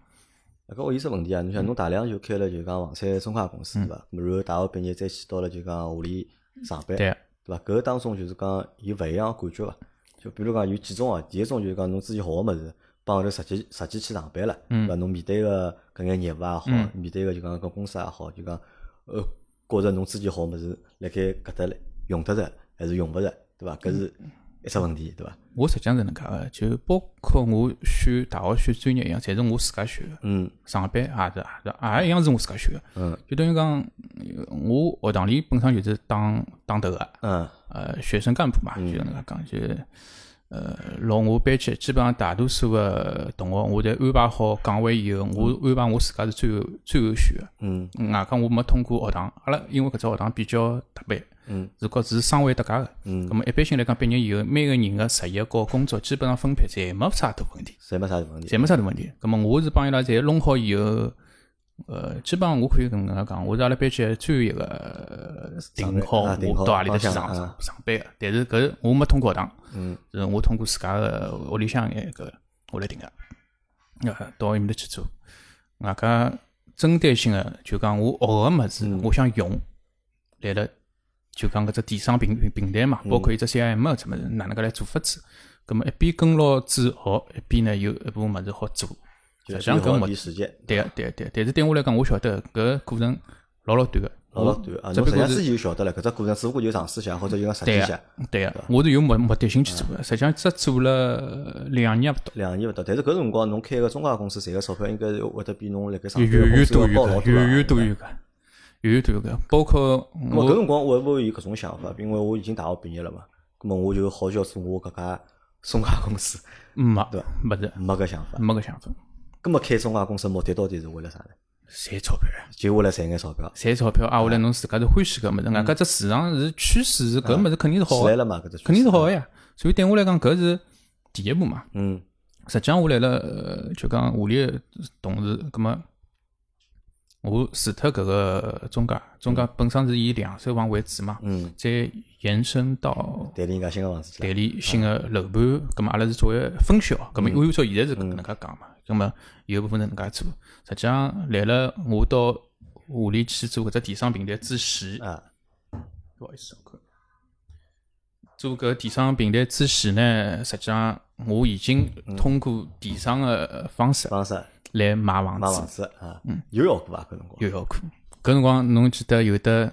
搿我有只问题啊，侬想侬大量就开了就讲房产中介公司对伐？然后大学毕业再去到了就讲华联上班，对，对伐？搿个当中就是讲有勿一样个感觉伐？就比如讲有几种啊，第一种就是讲侬之前学个物事，帮后头实际实际去上班了，嗯对伐？侬面对个搿眼业务也好，面对个就讲搿公司也好，就讲呃，觉着侬之前学个物事辣盖搿搭来用得着还是用勿着，对伐？搿是一只问题，对伐？我实际上是能介个，就包括我选大学选专业一样，侪是我自家选个。嗯上班也啊是也是也一样是我自家选个，嗯就等于讲，呃我学堂里本身就是打打头个，嗯呃，学生干部嘛，就像能介讲，就是呃，落我班级，基本上大多数个同学，我侪安排好岗位以后，我安排我自家是最后最后选个。嗯外加我没通过学堂，阿拉因为搿只学堂比较特别，嗯，是告是双位搭界个。嗯咁么一般性来讲，毕业以后，每个人个实习和工作基本上分配侪没啥大问题，侪没啥问题。侪没啥大问题。咁么我是帮伊拉侪弄好以后，呃，基本上我可以搿能介讲，我是阿拉班级最后一个定好啊定好我到阿里搭去上方向上啊上班个。但是搿我没通过学堂，嗯是我通过自家个屋里向一个我来定个，啊，到埃面搭去做。外加针对性个，就讲我学个物事，嗯我想用，来了，就讲搿只电商平平台嗯嘛，包括伊只 CRM 搿只物事，哪能介来做法子？葛么一边跟牢子学，一边呢有一部分物事好做。实际上最搿好物第事，时间，对个对个对个，但是对我来讲，我晓得搿过程老老短个，老老短啊，只侬不实际过上是自己就晓得了，搿只过程只不过就尝试一下，或者就讲实践对啊一个嗯下，对个，我是有目目的性去做个，实际上只做了两年也勿到。两年勿到。但是搿辰光侬开个中介公司赚个钞票，应该是会得比侬辣盖上远班啊的公远司要多于高老搿，多嗯远远啊多于搿，远远多于搿。包括那么搿我辰光我会勿会有搿种想法？因为我已经大学毕业了嘛，那么我就好叫做我搿家中介公司，没对吧没得没搿想法。没搿想法，那么开中介公司目的到底是为了啥呢？赚钞票，就为了赚眼钞票，赚钞票啊！下哎来侬自家是欢喜搿物事，外加只市场是趋势是搿物事肯定是好嗯哎起来个，了嘛？搿只肯定是好趋势。个呀。所以对我来讲，搿是第一步嘛。嗯实际上我来了，呃就讲屋里的同事，葛么我除脱搿个中介，中介本身是以两手房为主嘛，嗯，再延伸到代理人家新个房子去了。代理新个楼盘，咁么阿拉是作为分销，咁么按照现在是搿能介讲嘛，咁么有部分是搿能介做。实际上，来了我到屋里去做搿只电商平台之前，啊，不好意思，我看做搿电商平台之前呢，实际上我已经嗯通过电商个方式方式来买房买子房，子啊，有效果伐？搿辰光嗯有效果。搿辰光侬记得有的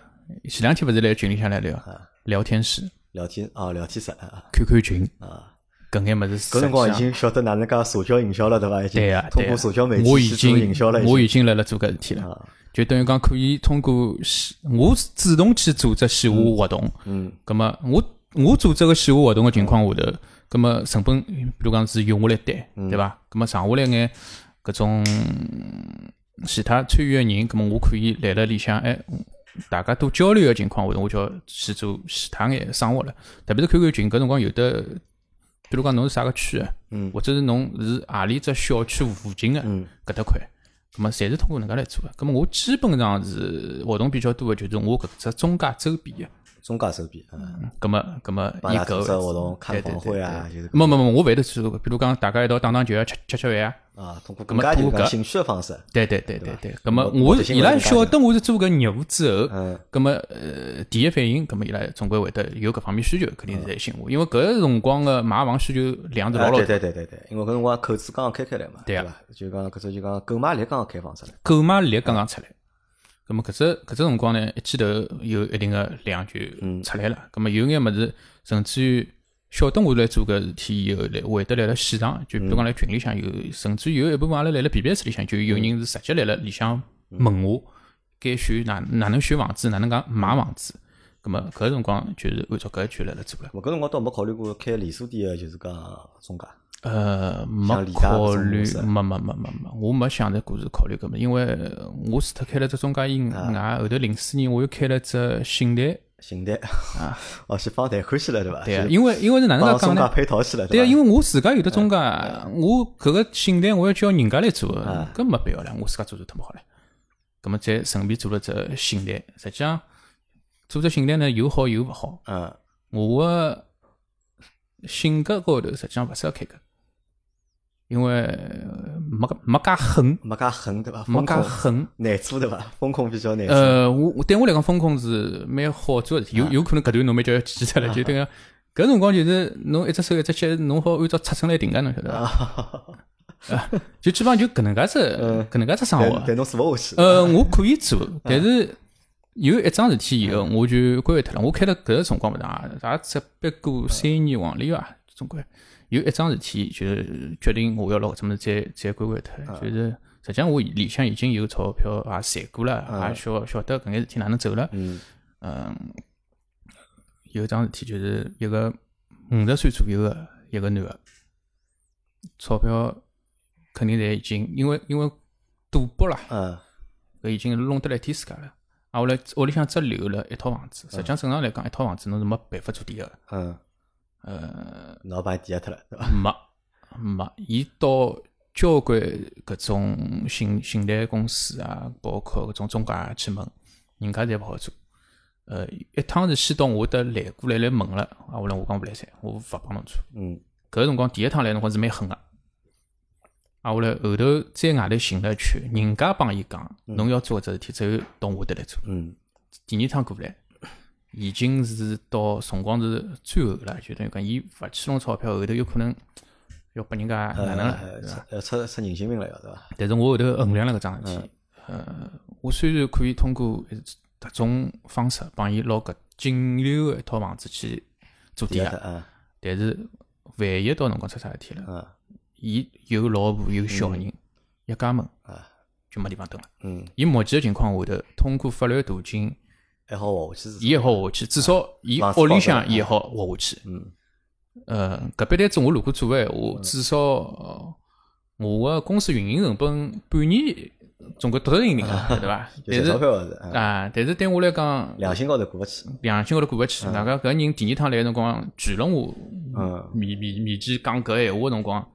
前两天勿是来群里向来聊啊聊天室、聊天啊，聊天室啊 QQ 群啊，搿眼物事，搿辰光已经晓得哪能介社交营销了，对伐？已经对呀、通对过呀社交媒我体已去做经营销了，我已已经辣辣做搿事体经了，啊，就等于讲可以通过线我主动去组织线下活动，嗯葛么我我组织个线下活动个情况下头，葛么成本比如讲是由我来担，嗯对伐？葛么剩下来眼搿种其他参与个人，葛么我可以来辣里向哎。大家多交流个情况下头，我就要去做其他眼生活了。特别是 QQ 群，搿辰光有的，比如讲侬是啥个区个，嗯或者是侬是何里只小区附近个嗯搿搭块，葛么侪是通过能介来做个。葛么我基本上是活动比较多个，就是我搿只中介周边个。中介手臂啊，葛么葛么帮伊拉组织活搿动、看对房对会啊，就是没没没，我勿会得去做个。比如讲，大家一道打打球啊，吃吃吃饭啊。啊，通过搿更么加就通是过讲搿兴趣的方式，对对对对对。葛我么我我的是新伊闻拉是搿晓样得我是做搿业务之后，嗯葛么呃第一反应，葛么伊拉总归会得有搿方面需求，肯定是在寻我。因为搿个辰光个买房需求量是啊老老对大，对对对对，因为搿辰光口子刚刚开开来嘛，对对啊伐？就讲搿只就讲购买力刚刚开放出来，购买力刚刚出来。啊葛么搿只搿只辰光呢，一记头有一定个量就出来了。葛么有眼物事，甚至于晓得我来做搿事体以后，来会得来了现场，就比如讲来群里向有，甚至于有一部分阿拉来了 BBS 里向，就有人是直接来了里向问我，该选哪哪能选房子，哪能介买房子。葛么搿辰光就是按照搿一句来了做了。我搿辰光倒没考虑过开连锁店的，就是讲中介，呃，没像李佳搿考种虑模式，没没没没没，我没想着过是考虑搿么，因为呃我除脱开了只中介以外，后头零四年我又开了只信贷，信贷啊，哦，去帮贷款去了，对伐？对啊，去因为因为是哪能帮介讲中介呢？配套去了，对啊，伐？因为我自家有的中介，我搿个信贷我要叫人家来做的，搿没必要了，我自家做做脱么好了。葛么再顺便做了只信贷，实际上做只信贷呢有好有勿好，嗯，我个性格高头实际上勿适合开搿，因为呃没介没介狠。没介狠对伐？没风介控狠。难做对伐？风控比较难做，呃，我我对我来讲，风控是蛮好做的事体，啊有有可能搿段侬蛮叫要记脱了，就等于搿辰光就是侬一只手一只脚，侬好按照尺寸来定个，侬晓得啊伐？就呃基本上就搿能介只搿能介只生活但。但侬做勿下去，呃，我可以做，但是有一桩事体以后，我就关掉脱了。我开了搿个辰光勿长，也只不过三年往里伐，总归有一桩事体，就是决定我要拿搿只物事再再关关脱。就是实际上我里向已经有钞票也赚过了，也晓晓得搿眼事体哪能走了。嗯嗯，有一桩事体就是一个五十岁左右个一个男个，钞票肯定侪已经因为因为赌博啦，嗯搿已经弄得来一天世界了。啊，后来屋里向只留了一套房子，实际上正常来讲，一套房子侬是没办法做抵押个，嗯，呃，老板抵押脱了，对伐？没没，伊到交关搿种信信贷公司啊，包括搿种中介啊去问，人家侪勿好做。呃，一趟是先到我搭来过来来问了，啊，后来我讲勿来三，我勿帮侬做。嗯搿个辰光第一趟来辰光是蛮狠个，啊，后来后头再外头寻了一圈，人家帮伊讲，侬要做搿只事体，只有到我搭来做。嗯第二趟过来，已经是到辰光是最后了，就等于讲伊勿去弄钞票，后头有可能要拨人家哪能了。呃出呃出出人性命了，要对伐？但是我后头衡量了搿桩事体，呃，我虽然可以通过一特种方式帮伊拿搿仅留个一套房子去做抵抵押脱押，啊但是万一到辰光出啥事体了，嗯伊有老婆有小人，一家门啊就没地方蹲了。嗯，伊目前个情况下头，通过法律途径。还好活下去是伊也好活下去，至啊少伊屋里向伊也好活下去。嗯，呃，搿笔单子我如果做个闲话，至少呃我个公司运营成本半年总归独头盈盈啊，对伐？ 就赚但是钞票个是，嗯啊，但是对我来讲，良心高头过勿去。良心高头过勿去。外加搿人第二趟来个辰光，拒了我嗯面面面前讲搿闲话个辰光，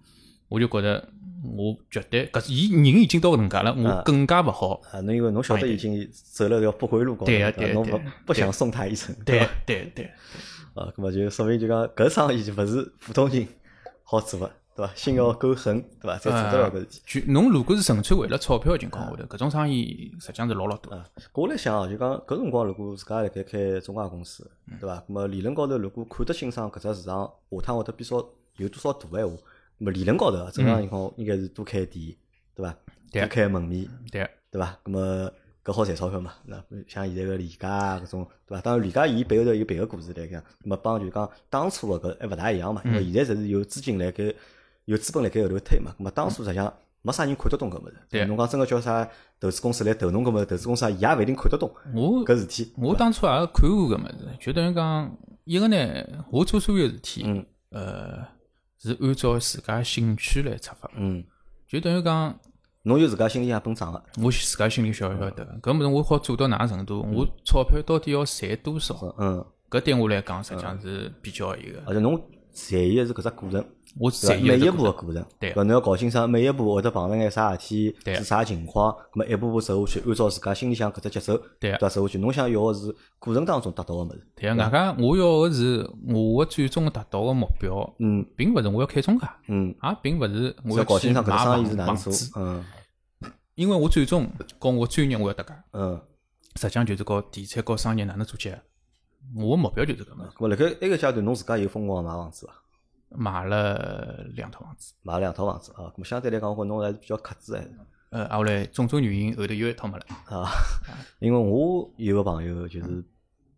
我就觉得我绝对搿是伊人已经到搿能介嗯了，我更加勿好。啊，侬因为侬晓得已经走了条不归路高头，对啊伐对啊侬对勿啊不想送他一程，对伐？对对，啊，那么就说明就讲搿生意就勿是普通人好做个，对伐？心要够狠，对伐？才做得了啊搿事体。就侬如果是纯粹为了钞票个情嗯况下头，搿种生意实际上是老老多。啊，我辣想啊，就讲搿辰光如果自家辣盖开中介公司，对伐？那么理论高头如果看得清爽搿只市场下趟会得变少有多少大个闲话，那么理论高头啊正常情况应该是多开店，对伐？对多开门面，对，对伐？那么搿好赚钞票嘛？那像现在个李家啊搿种，对伐？当然李家伊背后头有别个故事来讲，那么帮就讲当初个搿还勿大一样嘛，因为现在侪是有资金辣盖，有资本辣盖后头推嘛。那么当初实际上没啥人看得懂搿物事。对侬讲真个叫啥投资公司来投侬搿物事，投资公司也勿一定看得懂我搿事体。我当初也看过搿物事，就等于讲一个呢，我做所有事体嗯，呃，是按照自家兴趣来出发，嗯，就等于讲侬有自家心里向本账个，我自家心里晓晓得，搿物事我好做到哪程度，我钞票到底要赚多少，嗯，搿对我来讲实际上是比较一个，而且侬在意个是搿只过程。我呃对啊赚吧每一一步个过程，对伐侬要搞清爽每一步会得碰着眼啥事体，对是啥情况，咁么一步步走下去，按照自家心里向搿只节奏，对伐？走下去，侬想要个是过程当中达到个物事，对啊，外加我要个是我个最终达到个目标，嗯并勿是我要开中介，嗯，也并勿是只我要搞去清买爽搿只生意房是哪房能做子，，嗯因为我最终跟我专业我要搭界。嗯，实际上就是搞地产搞商业哪能做结合。我目标就是搿么，咁么辣盖埃个阶段，侬自家有疯狂地买房子伐？买了两套房子，买了两套房子啊，咁么相对来讲，我觉着侬还是比较克制还是呃，啊后来种种原因，后头又一套没了。啊， 因为我有个朋友就是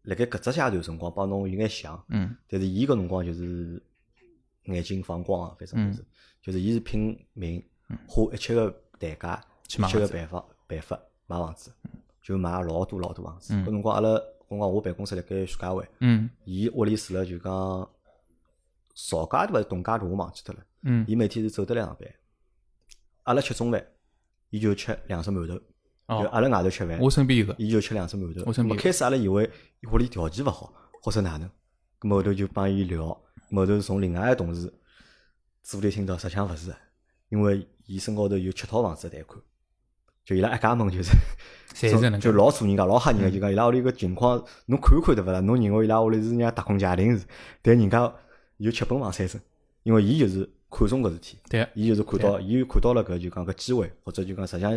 辣盖搿只阶段辰光帮侬有眼像，嗯但是伊搿辰光就是眼睛放光啊，反正嗯就是，就是伊是拼命花一切个代价，去买一切个房子办法办法买房子，就买老多老多房子。嗯搿辰光阿拉，搿辰光我办公室辣盖徐家汇，嗯伊屋里住了就讲邵家对伐？董家大我忘记脱了。嗯，伊每天是走得来上班，阿拉吃中饭，伊就吃两只馒头，就哦，阿拉外头吃饭。我身边有个，伊就吃两只馒头。我身边咾开始阿拉以为屋里条件勿好，或者哪能，咾么后头就帮伊聊，后头是从另外一个同事嘴里听到，实际上勿是的，因为伊身高头有七套房子的贷款，就伊拉一家门就是。 侪是搿能就介。老做人家，老吓人个，就讲伊拉屋里个情况，侬看一看对勿啦？侬认为伊拉屋里是人家打工家庭是，但人家有吃本房产生，因为伊就是看中搿事体，对，啊伊就是看到，伊看到了搿就讲搿机会，或者就讲实际上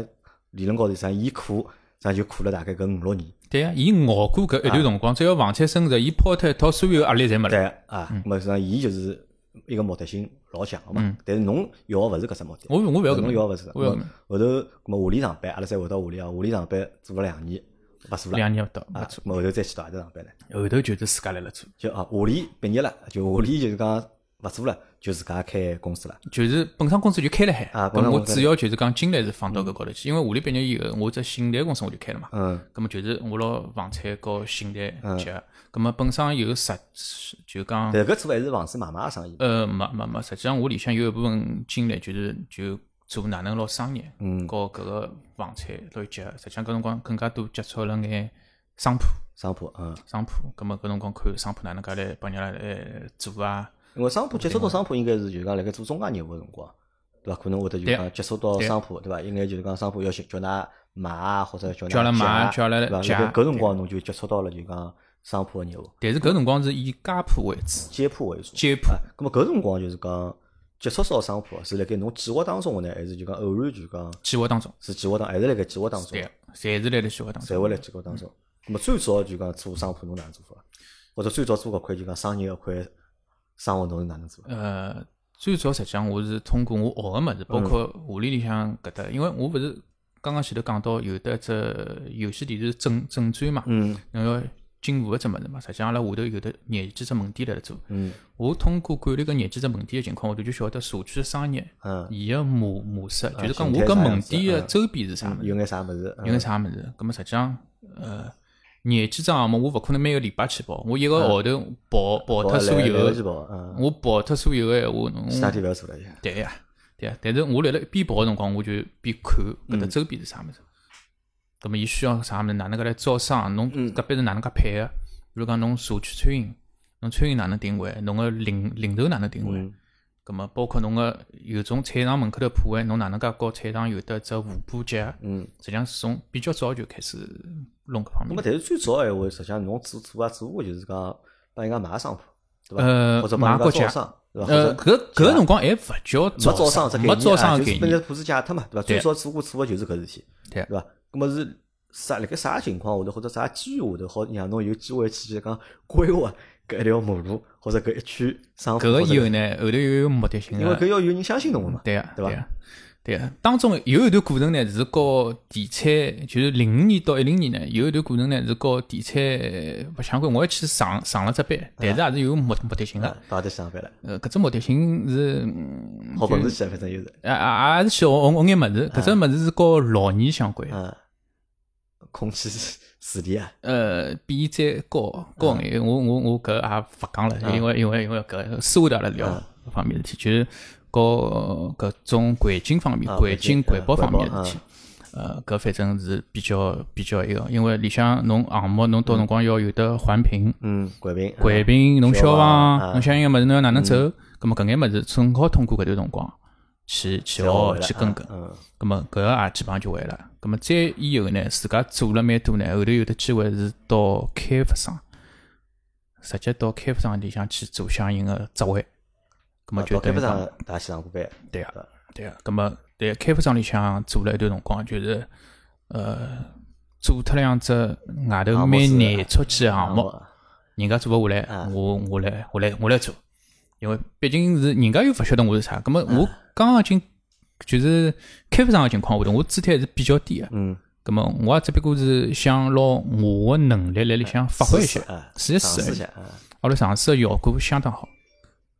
理论高头实际上伊苦，实际上就苦了大概搿五六年。对啊，伊熬过搿一段辰光，只要房产升值，伊抛脱一套所有压力侪没了。啊对啊，咾么实际上伊就是一个目的性老强个嘛嗯。但是侬要个勿是搿只目的，我我勿要搿侬能要个勿是搿只。我要搿咾能么后头，咾么屋里上班，阿拉再回到屋里啊，屋里上班做了两年，勿做了两年勿到，啊，后头再去大学上班呢，后头就是自家来了做，就啊，护理毕业了，就护理就是讲勿做了，就自家开公司了。就是本身公司就开了海，啊本咁身我公司主要就是讲精力是放到搿高头去，因为护理毕业以后，我只信贷公司我就开了嘛，嗯，咁么就是我拿房产和信贷结合，咁么本身有实就讲但搿做还是房子买卖个生意。呃，没没没，实际上我里向有一部分精力就是就做哪能拿商业，嗯和搿个房产来结合。实际上搿辰光更加多接触了眼商铺，商铺，嗯，商铺。葛末搿辰光看商铺哪能介来帮人家来做啊？因为商铺接触到商铺应该是就是讲辣盖做中介业务个辰光，对伐？可能会得就是讲接触到对商铺，对伐？应该就是讲商铺要寻叫㑚买啊，或者叫㑚叫㑚买啊借啊叫㑚对伐借啊辣盖搿辰光侬就接触到了就是讲商铺个业务，但是搿辰光是以家铺为主，街铺为主。街铺啊，咁么搿辰光就是讲接触到商铺啊是辣盖侬计划当中个呢，还是就讲偶然就讲计划当中，是计划当，还是辣盖计划当中？对，嗯侪是辣辣计划当中。侪会辣计划当中。咁么最早就讲做商铺侬哪能做法？或者最早做搿块就讲商业搿块生活侬是哪能做法？呃，最早实际上我是通过我学个物事，包括嗯护理里向搿搭，因为我勿是刚刚前头讲到有得一只游戏电视正正传嘛，嗯侬要进步搿只物事嘛，实际上阿拉下头有得廿几只门店辣辣做。嗯我通过管理搿廿几只门店个情况，我头就晓得社区商业嗯，啊伊个模模式，就是讲形我态搿啥门样子店个嗯周边是啥物事。有眼啥物事？嗯有眼啥物事？咁么实际上，呃，廿几张项目我勿可能每个礼拜去跑，我一个号头跑跑嗯跑脱所来有来回去的，跑嗯我跑脱所有个闲话，侬其他地方做了一下。对呀，对啊呀。但是我辣辣一边跑个辰光，我就一边看搿嗯搭周边是啥物事。咁么伊需要啥物事？哪能介来招商？侬嗯搿边是哪能介配个？比如讲侬社区餐饮，侬餐饮哪能定位？侬个零零头哪能定嗯位？咁么包括侬个有种菜场门口头铺位，侬哪能介和菜场有得只互补结合？嗯，实际上是从比较早就开始弄搿方咁面么。但是最早个闲话，实际上侬做做啊做个就是讲帮人家买商铺，对伐？呃或者帮人买国家家招商，对伐？或呃，者搿搿辰光还勿叫没招商商这，没招商个概念啊，就个概是被念。人铺子借脱嘛，对伐？对最早做过做个就是搿事体，对对伐？咁么是啥？辣盖啥情况下头，或者啥机遇下头，好让侬有机会去就讲规划搿一条马路，或者搿一区商铺？搿个或者以后呢，后头又有目的性因为个。搿要有人相信侬个嘛。对啊，对吧对啊，对啊。当中有一段过程呢，是和地产，就是零五年到一零年呢，有一段过程呢是和地产勿相关。我还去上上了只班，嗯但是还是有目目的性啊个。，到底上班了，呃，搿只目的性是，嗯好本事去了，反正就是，啊啊，也是学学学眼物事。搿只物事是和老年相关，嗯，空气水电啊，呃，比再高高眼。嗯我我我搿也勿讲了，因为因为因为搿私下头阿拉聊搿方面的事体，就是和搿种环境方面、啊环境环境环保啊方面环保的事体。呃，搿反正是比较比较一个，因为里向侬项目侬到辰光要有得环评、嗯，啊管评，环评、侬消消防防，侬相应个物事侬要哪能走，嗯葛末搿眼物事正好通过搿段辰光去去学去跟跟。嗯，咁么搿个也基本上就会了。咁么再以后呢，自家做了蛮多呢，后头有的机会是到开发商，直接到开发商里向去做相应个职位。咁么啊就到开等于发讲商大家去上过班，对啊，对啊。咁么在开发商里向做了一段辰光，就是呃做脱两只外头项蛮目是难出去个项目，啊人家做勿下来啊，我我来我来我来做，因为毕竟是人家又勿晓得我是啥。咁么我啊刚刚进就是开发商个情况下头，我姿态还是比较低个。嗯，咁么我也只不过是想拿我个能力来里向发挥一试下试啊，试一尝试一试下。，啊阿拉上次个效果相当好，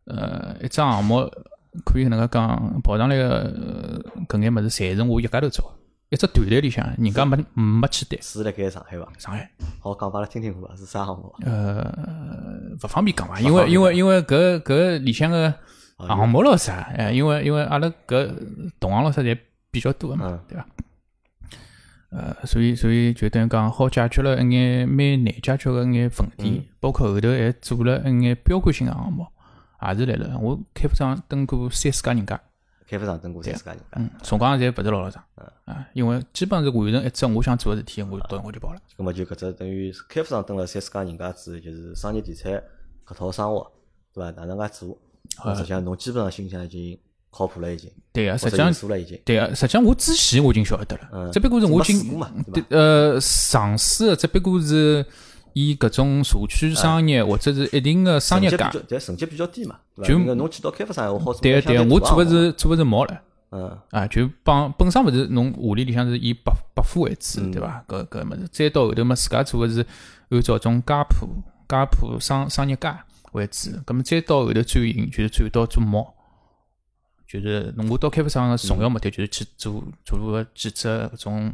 呃，一只项目可以搿能介讲，跑上来个呃搿眼物事，侪是我一家头做的，一只团队里向人家没没去对是辣盖上海伐？上海。好，讲拨阿拉听听看伐？是啥项目啊？呃，勿方便讲伐，便因为讲哦因为因为搿搿里向个项目咯啥，哎，因为因为阿拉搿同行老师侪比较多个嘛嗯，对伐？呃，所以所以就等于讲好解决了一眼蛮难解决个一眼问嗯题，包括后头还做了一眼标杆性个项目，也是来了。我开发商登过三四家人家，开发商登过三自家人家，嗯，辰光侪勿是老老长，嗯啊，因为基本上是完成一只我想做个事体，我到我就跑了。咁么就搿只等于是开发商登了三自家人家之后，就是商业地产搿套生活，对伐？哪能介做？实际上侬基本上心里向已经靠谱了，已经，对啊，或哎实者际有上数了已经。对啊，实际上我之前我已经晓得了嗯，只不过是我已没试过经嘛对对吧呃尝试的，只不过是以搿种社区商哎业或者是一定的商业成绩价比，较，但成绩比较低嘛，对就伐？因为侬去到开发商，我好做对得对，相我大做的项目是做的是毛了，嗯啊，就帮本身勿是侬屋里里向是以百百富为主，对伐？搿搿物事，再到后头嘛，自家做个是按照种家谱、家谱商商业街为主，葛么再到后头转型，就是转到做猫，就是侬我到开发商个重要目的就是去做做个几只搿种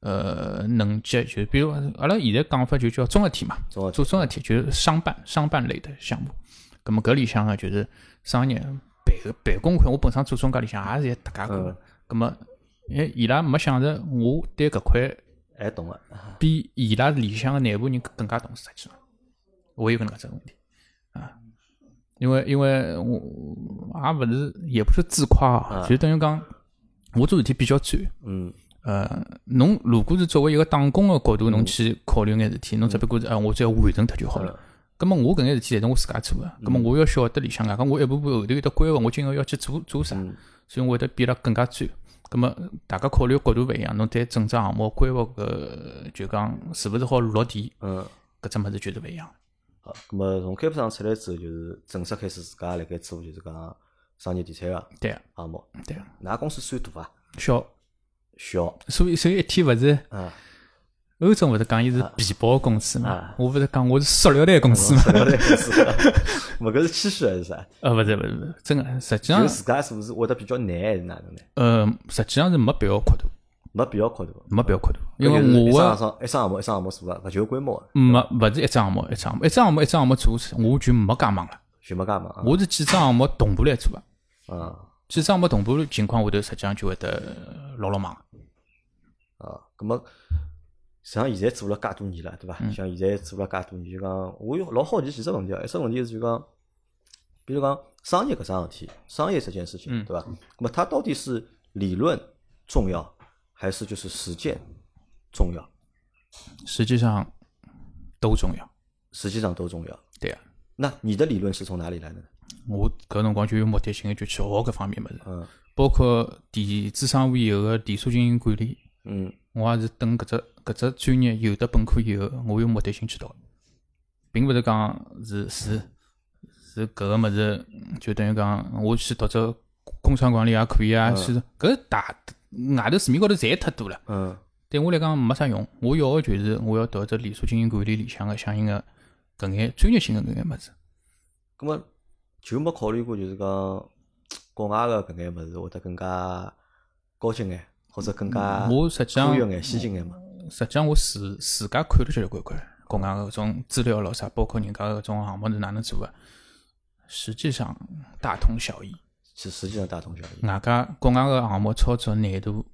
呃能级，就是比如阿拉现在讲法就叫综合体嘛，综合体做综合体就是商办商办类的项目。葛么搿里向个就是商业办办公块，我本身做中介里向也是一搭界个嗯，葛么哎伊拉没想着我对搿块还懂个，比伊拉里向个内部人更加懂，实际上，我有搿能介只问题啊，因为因为我也勿是也不是自夸啊，就等于讲我做事体比较专。嗯呃，侬如果是作为一个打工个角度，侬去考虑眼事体，侬只不过是啊，我只要完成脱就好了。咁么我搿眼事体侪是我自家做个，咁么我要晓得里向啊，咁我一步步后头有得规划，我今后要去做做啥，所以我会得比伊拉更加专。咁么大家考虑角度勿一样，侬对整只项目规划搿就讲是勿是好落地，嗯。搿只物事就是勿一样。好，咁么从开发商出来之后，就是正式开始自家辣盖做，就是讲商业地产个对啊，项目。对啊，㑚公司算大伐？小，小所以所以一天勿是啊，欧总勿是讲伊是皮包公司嘛啊，哦我勿是讲我是塑料袋公司嘛，不 要来公 司。么搿是谦虚还是啥？呃，勿是勿是勿是，真个，实际就上自家是不是会得比较难，还是哪能呢？呃，实际上是没必要扩大，没必要扩大，没必要扩大，因搿嗯就是为一我桩个项一桩项目一桩项目做啊，勿求规模的，没勿是一只项目，一只项目，一只项目，一只项目做，我就没加盟了。全部加盟啊。我是几只项目同步来做个，啊几只项目同步情况下头，实际上就会得呃落落忙。啊，咁么像现在做了介多年了，对伐？像现在做了介多年，就讲我有老好奇几只问题啊。一只问题是就讲，比如讲商业搿桩事体，商业这件事情，对伐？咁么它到底是理论重要，还是就是实践重要？实际上都重要，实际上都重要。对啊。那你的理论是从哪里来的呢？我搿辰光就有目的性个就去学搿方面物事，嗯包括电子商务以后个连锁经营管理，嗯我也是等搿只搿只专业有得本科以后，我有目的性去读，并勿是讲是是是搿个物事，就等于讲我去读只工商管理也可以啊，去搿大外头市面高头侪太多了，嗯对我来讲没啥用。我要个就是我要读只连锁经营管理里向个相应个搿眼专业性个搿眼物事。咁么就没考虑过，就是讲国外个搿眼物事会得更加高级眼，或者更加嗯我实际上嗯宽裕眼、先进眼嘛。实际上我自自家看了交关关，国外搿种资料咯啥，包括人家搿种项目是哪能做个，实际上大同小异。其实际上大同小异。外加国外个项目操作难度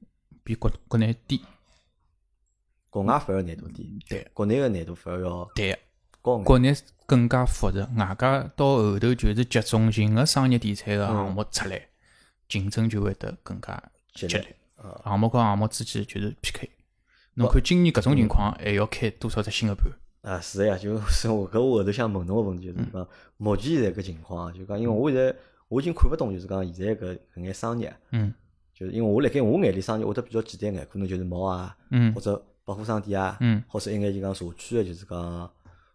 比国国内低，国外反而难度低，对国内个难度反而要对，啊高眼。国内更加复杂。外加到后头就是集中型个商业地产个项目出来，竞争就会得更加激激烈。项目和项目之间就是 PK。侬看今年搿种情况，还要开多少只新个盘？啊，是的呀，就是 我搿我后头想问侬个问题，嗯就是讲目前现在搿情况啊，就讲因为我现在我已经看勿懂，就是讲现在搿搿眼商业啊，嗯就是因为我辣盖我眼里商业会得比较简单眼，可能就是猫啊，嗯或者百货商店啊，嗯或者一眼就讲社区的，就是讲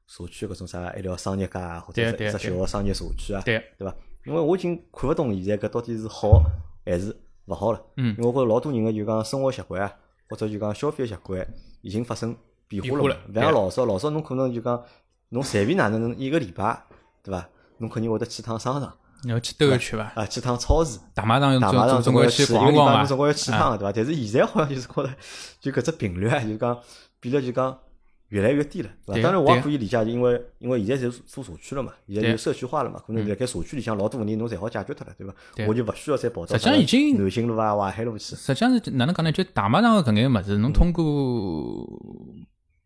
社区搿种啥一条商业街啊，或者对是对一只对小个商业社区啊，对，对伐？因为我已经看勿懂现在搿到底是好还是勿好了。嗯因为我觉着老多人个就讲生活习惯啊，或者就讲消费习惯已经发生变化变化了嘛了。啊勿像老早，老早侬可能就讲侬随便哪能能一个礼拜，对伐？侬肯定会得去趟商场你要去兜一圈伐？啊，去趟超市。大马上打麻总将总总归归要要去去，逛一个啊礼拜逛侬总伐？归要去趟个对伐？但是现在好像就是觉着，就搿只频率啊，就是讲变得就讲越来越低了，对对伐？当然我对也可以理解，因为因为现在是做社区了嘛，现在对嗯就社区化了嘛，可能辣盖社区里向老多问题侬侪好解决脱了，对伐对？我就勿需要再跑到实际上已经南京路啊、淮海路去，实际上是哪能讲呢？就大马上个搿眼物事，侬通过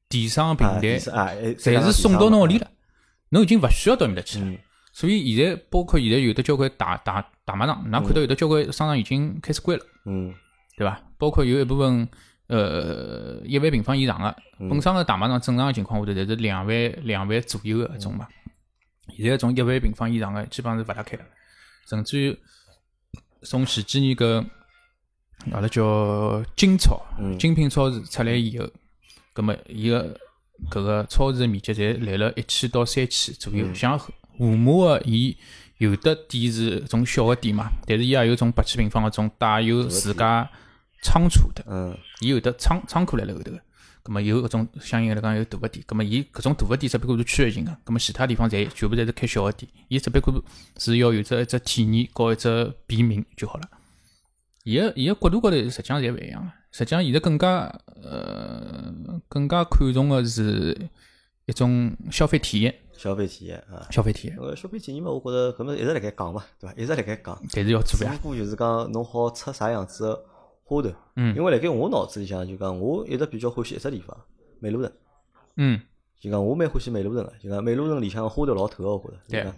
电商平啊，台地，上啊，哎侪是送到侬屋里，了，侬已经勿需要到面搭去了嗯。所以现在包括现在有的交关大大大卖场，㑚看到有的交关商场已经开始关了，嗯对伐？包括有一部分呃一万平方以上个，本身个大卖场正常个情况下头侪是两万两万左右个搿种嘛。现在种一万平方以上个基本上是勿大开了，甚至于从前几年个阿拉叫精超、精品超市出来以后，葛么伊个搿个超市的面积侪来了一千到三千左右，像河马个伊有的店是种小个店嘛，但是伊也有种八千平方个种带有自家仓储的，嗯，伊有的仓仓库辣辣后头个。葛末有搿种相应来讲有大个店，葛末伊搿种大个店只不过是区域性个，葛末其他地方侪全部侪是开小个店，伊只不过是要有只一只体验和一只便民就好了。伊个伊个角度高头实际上侪勿一样个，实际上现在更加呃更加看重个是一种消费体验，消费体验啊。消费体验，呃，消费体验嘛，我觉着搿么一直辣盖讲嘛，对伐？一直辣盖讲，但是要做只呀，不过就是讲侬好出啥样子个花头。嗯因为辣盖我脑子里向就讲，我一直比较欢喜一只地方，美路城。嗯就讲我蛮欢喜美路城个，就讲美路城里向个花头老透个，我觉着。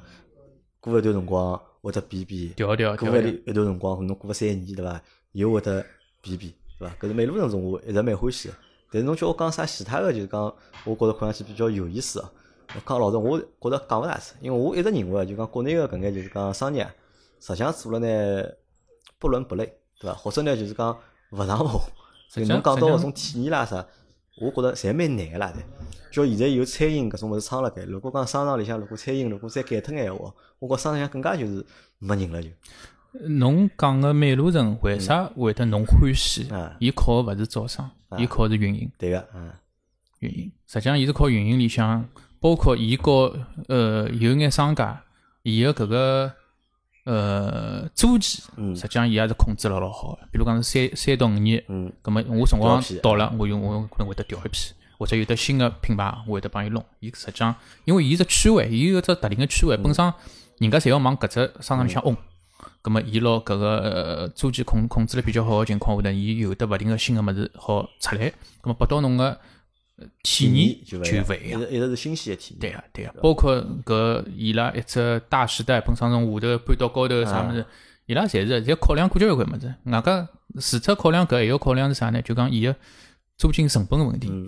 对就讲过一段辰光会得变变，调调过一调调段一段辰光，侬过个三年对伐，又会得变变，对伐？搿是美路城是我一直蛮欢喜个。但是侬叫我讲啥其他个，就是讲我觉着看上去比较有意思个。我讲老实，我觉着讲勿大出，因为我一直认为啊，就讲国内个搿眼就是讲商业啊，实际上做了呢不伦不类，对伐？或者呢就是讲勿上勿下。所实际以上侬讲到实际上搿种体验啦啥，我觉着侪蛮难个啦。就现在有餐饮搿种物事撑辣盖，如果讲商场里向如果餐饮如果再改脱眼闲话，我觉商场里向更加就是没人了就。侬讲个美路城为啥会得侬欢喜嗯啊？伊靠个勿是招商，伊靠的是运营。对个，嗯，运营，实际上伊是靠运营里向，包括伊和呃有眼商家，伊个搿个呃租期，嗯实际上伊也是控制了老好的。比如讲是三三到五年，嗯，葛末我辰光调批到了，我有我可能会得调一批，或者有的新个品牌，我会得帮伊弄。伊实际上，因为伊只区位，伊有只特定个区位，嗯本身人家侪要往搿只商场里向嗡。葛末伊拿搿个呃租金控控制了比较好个情况下头，伊有得勿定个新个物事好出来，葛末拨到侬个呃体验就嗯就勿勿一一样样，一。直一直是新鲜个体验。对啊，对啊，包括搿伊拉一只大时代，本身从下头搬到高头啥啊物事，伊拉侪是侪考量过交关物事。外加除脱考量搿，还要考量是啥呢？就讲伊个租金成本个问题，嗯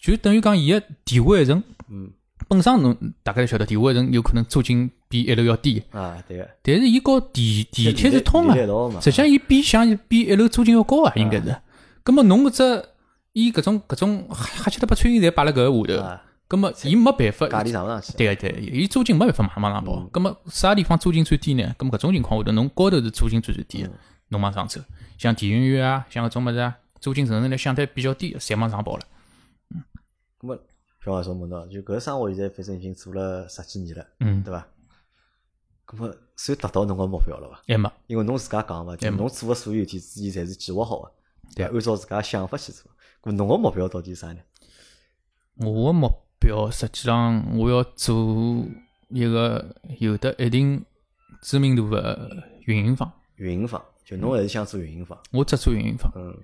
就等于讲伊个地下一层，嗯本身侬大概晓得，地下一层有可能租金比一楼要低，啊，对个，但是伊和地地铁是通个个。连到嘛。实际上，伊比想比一楼租金要高啊，应该是。葛么侬搿只伊搿种搿种瞎七搭八穿衣侪摆辣搿个下头，啊，葛么伊没办法，价钿上勿上嗯去。对个对个，伊租金没办法马上上跑。葛么啥地方租金最低呢？葛么搿种情况下头，侬高头是租金最最低嗯个，侬往上走，像电影院啊，像搿种物事啊，租金承受力相对比较低的，侪往上跑了。那么小王说么呢？就搿生活现在反正已经做了十几年了，嗯，对伐？那么算达到侬个目标了伐？还没因为侬自家讲嘛，就哎嘛侬做个所有事体之前侪是计划好个，对按照自家想法去做。咁侬个目标到底是啥呢？我个目标实际上我要做一个有得一定知名度的运营方，运营方，就侬还是想做运营方？我只做运营方。嗯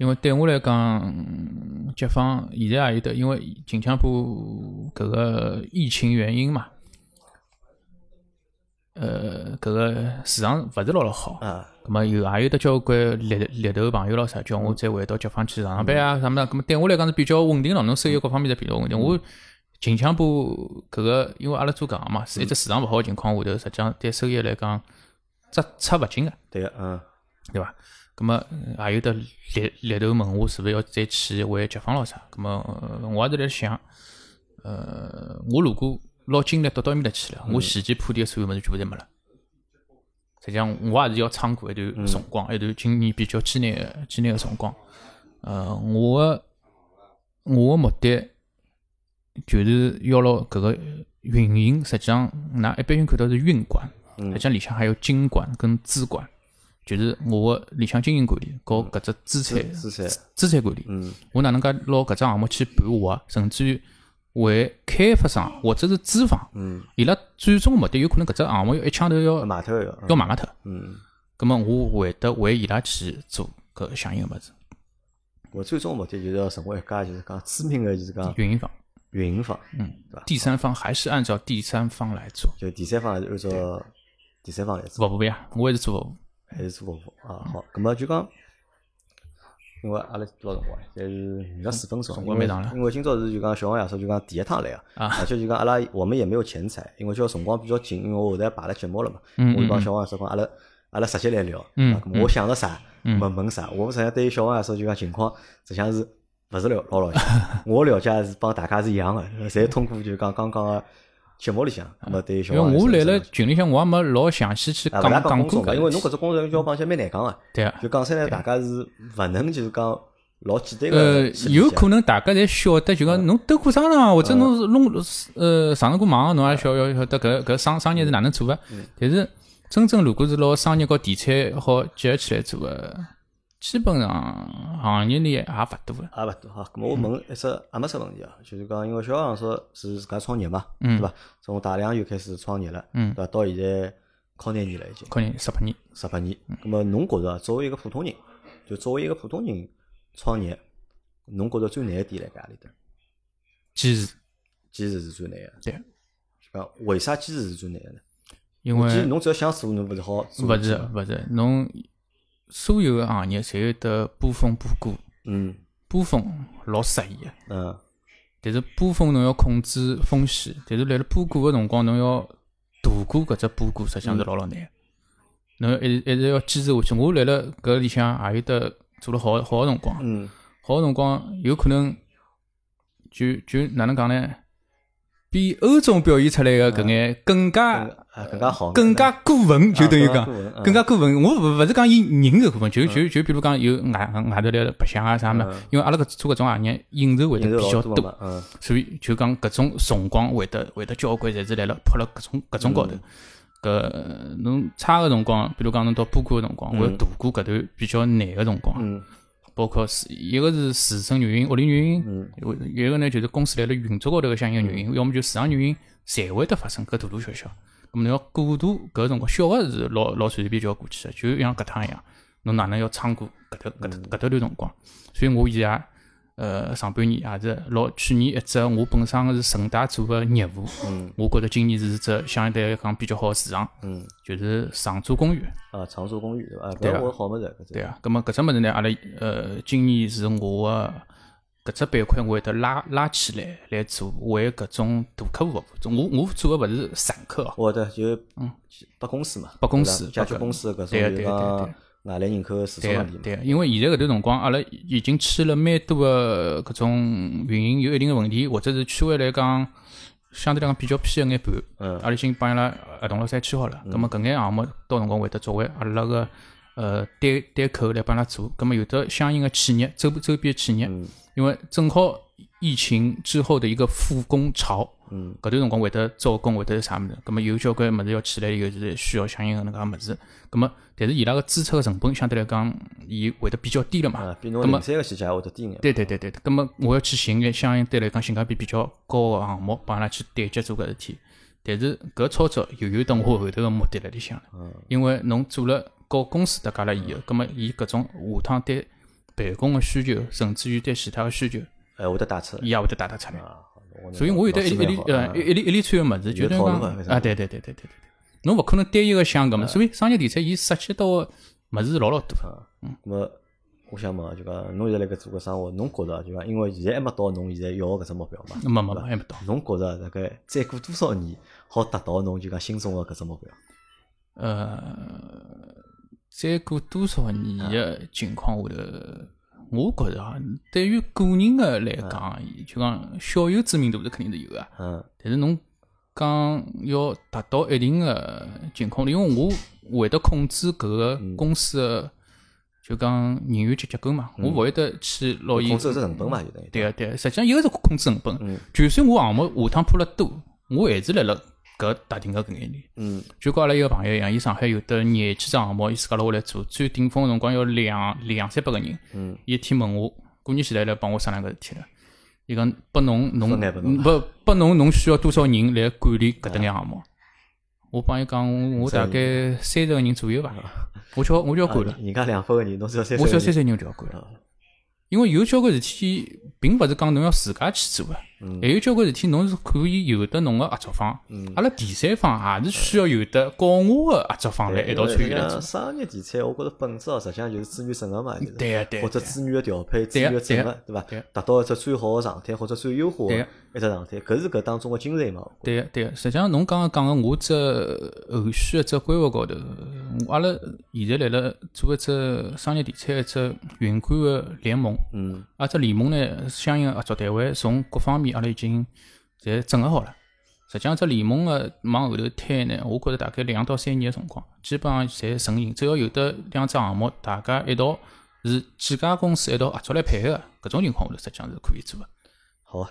因为对我来讲，甲方现在也有得，因为近腔部搿个疫情原因嘛，呃，搿个市场勿是老老好，啊，葛末有也有得交关猎猎头朋友咯啥，叫我再回到甲方去上上班啊啥么的，葛末对我来讲是比较稳定了，侬收入各方面侪比较稳定。我近腔部搿个，因为阿拉做搿行嘛，是一只市场勿好个情况下头，实际上对收益来讲，只出勿进个。对个，嗯对伐？咁么呃也有得猎猎头问我是勿是要再去回甲方咯啥？咁么呃我也是辣想，呃，我如果拿精力到到埃面搭去了，我前期铺垫的所有物事全部侪没了。实际上我也是要撑过一段辰光，一段今年比较艰难个艰难个辰光。呃，我个我个目的就是要拿搿个运营，实际上㑚一般性看到是运管，实际上里向还有经管跟资管。就是我个里向经营管理，和搿只资产资资产资产管理，嗯我哪能介拿搿只项目去盘活，甚至于为开发商或者是资方，嗯，伊拉最终目的有可能搿只项目要一枪头要买脱个，要卖卖脱，嗯，葛末我会得为伊拉去做搿相应个物事，我最终目的就是要成为一家就是讲知名个就是讲运营方，运营方，嗯对伐，第三方还是按照第三方来做就第三方还是按照第三方来做，服务呀，我还是做服务，还是做服务啊？嗯好，咁么就讲。因为阿拉多少辰光了？侪是二十四分钟，辰因光为蛮长了因为今朝是就讲小王爷说就讲第一趟来个，啊而且就讲阿拉我们也没有前菜，因为叫辰光比较紧，因为我后头还排了节目了嘛。嗯我就嗯帮小王爷说讲阿拉阿拉直接来聊，嗯啊咁我想到啥，没问啥。我们实际上对于小王爷说就讲情况，实际上是 勿是了老了解，我了解是帮大家是一样个，侪通过就讲刚刚个节目里向，那么对于小啊因为王我是来是了吧群里向，我也没老详细去啊，讲勿大讲讲工种过搿个，因为事侬搿只工作交帮些蛮难讲个，对啊。就讲出来大家是勿能就是讲老简单呃个去，理解。有可能大家侪晓得，就讲侬兜过商场，或者侬是弄呃上了过网，侬也晓晓晓得搿搿商商业是哪能做个。但是真正如果是拿商业和地产好结合起来做个，基本上行业里也勿多个。啊，勿多好，咁么我嗯问一只也没啥问题啊，就是讲，因为小杨说是自家创业嘛，嗯对伐？从大量又开始创业了，对伐？到现在靠廿年了已经，可能嗯十八年，十八年。咁么侬觉着啊作为一个普通人，就作为一个普通人创业，侬觉着最难个点辣盖何里搭？坚持坚持是最难个。对，就讲为啥坚持是最难个呢？因其实为侬只要想做，侬勿是好做。勿是勿是，侬所有个行业侪有得波峰波谷，嗯波峰老适意个。嗯但是波峰侬要控制风险，但是辣辣波谷个辰光，侬要度过搿只波谷，实际上嗯是老老难。侬要一直一直要坚持下去。我辣辣搿里向也有得做了好好个辰光，嗯好个辰光有可能就就哪能讲呢？比欧洲表现出来个搿眼更加啊，更加好，更加过分， 就等于更加讲过分嗯更加过分。我勿勿是讲伊人搿过分，就就就比如讲有外外头来白相啊啥物嗯事，因为阿拉搿做搿种行业应酬会人得比是较老多个。嘛，嗯所以就讲搿种辰光会得会得交关，侪是来了扑了搿种搿种高头。搿侬差个辰光，比如讲侬到波谷个辰光，我要度过搿段比较难个辰光，嗯包括是一个是自身原因、屋里原因，有一个呢就是公司来了运作高头个相应原因，要么就市场原因，侪会得发生搿大大小小。咁么侬要过渡搿辰光，小个是老老随随便便就要过去个，就像搿趟一样，侬哪能要撑过搿头搿头搿头段辰光？所以我现在呃上半年也是老去年一只我本身是顺带做个业务，我觉着今年是只相对来讲比较好个市场，嗯就是长租公寓，啊，长租公寓对伐？啊，对搿啊我好物事，搿只对啊。咁么搿只物事呢，阿拉呃今年是我个搿只板块，我会得拉拉起来来做为搿种大客户服务。我我做个勿是散客哦，我的就拨公司嘛，拨公司对吧解决拨搿公司搿对啊种就对啊对啊讲对啊外来人口的市场对啊问题嘛。对啊，因为现在搿段辰光，阿拉已经签了蛮多个搿种运营有一定个问题，或者是区委来讲，相对来讲比较偏一眼盘，嗯阿拉已经帮伊拉合同了侪签好了。葛末搿眼项目到辰光会得作为阿拉个呃单单口来帮伊拉做，葛末有的相应个企业周周边企业，因为正好疫情之后的一个复工潮，嗯搿段辰光会得招工，会得有啥物事？葛么有交关物事要起来，有就是需要相应个能介物事。葛么，但是伊拉个支出个成本相对来讲，伊会得比较低了嘛啊。，比侬葛么零三个去价会得低眼。对对对对，葛么我要去寻眼相应对来讲性价比比较高个项目，帮伊拉去对接做搿事体。但是搿操作又有等我后头个目的辣里向了，因为侬做了和公司搭界了以后，葛么伊搿种下趟对办公个需求，甚至于对其他个需求，哎，会得打出来伊也会得带得出来。啊。能所以我有得一脑子一蛮里好啊呃一一里一里穿个物事，就有等于套路讲嘛反正啊，对对对对对对对，侬勿可能单一个想搿么，所以商业地产伊涉及到个物事是老老多。啊，咁么我想问啊，就讲侬现在辣盖做搿生活，侬觉着啊就讲，因为现在还没到侬现在要个搿只目标嘛，没没没，还没到。侬觉着大概再过多少年好达到侬就讲心中个搿只目标？呃，再过多少年啊个情况下头，我觉着啊，对于个人个来啊讲，就讲小有知名度是肯定是有个。嗯但是侬讲要达到一定个情况，因为我会得控制搿个公司个就讲人员结结构嘛，我勿会得去老嗯伊控制嗯搿只成本嘛，就等于对啊个对个，实际上一个是控制成本，就算我项目下趟铺了多，我还是辣辣搿特定个搿眼里。嗯就跟阿拉一个朋友一样，伊上海有得廿几只项目，伊自家辣下来做，最顶峰个辰光要两两三百个人。嗯，伊一天问我，过年前来来帮我商量搿事体了。伊讲，拨侬侬分眼拨侬不拨侬侬需要多少人来管理搿搭眼项目？我帮伊讲，我大概三十个人左右吧，我就要我就要管了啊，人家两百个人，侬只要三我只要个人三十人就要管了。啊因为有交关事体，并勿是讲侬要自家去做个，嗯还有交关事体侬是可以有得侬个合作方，阿拉第三方也是需要有得和我个合作方来一道参与来因为像。做商业地产，我觉着本质哦，实际上就是资源整合嘛，就是对呀对呀啊或者对呀资源的调配、资呀源的整对合呀，啊对伐对呀？啊达到一只最好的状态或者最优化的对呀啊一只状态，搿是搿当中的精髓嘛。对个对个，实际上侬刚刚讲个，我只后续一只规划高头，我阿拉现在来了做一只商业地产一只云管个联盟，嗯啊，只联盟呢，相应合作单位从各方面阿拉已经侪整合好了。实际上只联盟个往后头推呢，我觉着大概两到三年个辰光，基本上侪成型。只要有得两只项目，大家一道是几家公司一道合作来配合个，搿种情况下头实际上是可以做个。好啊。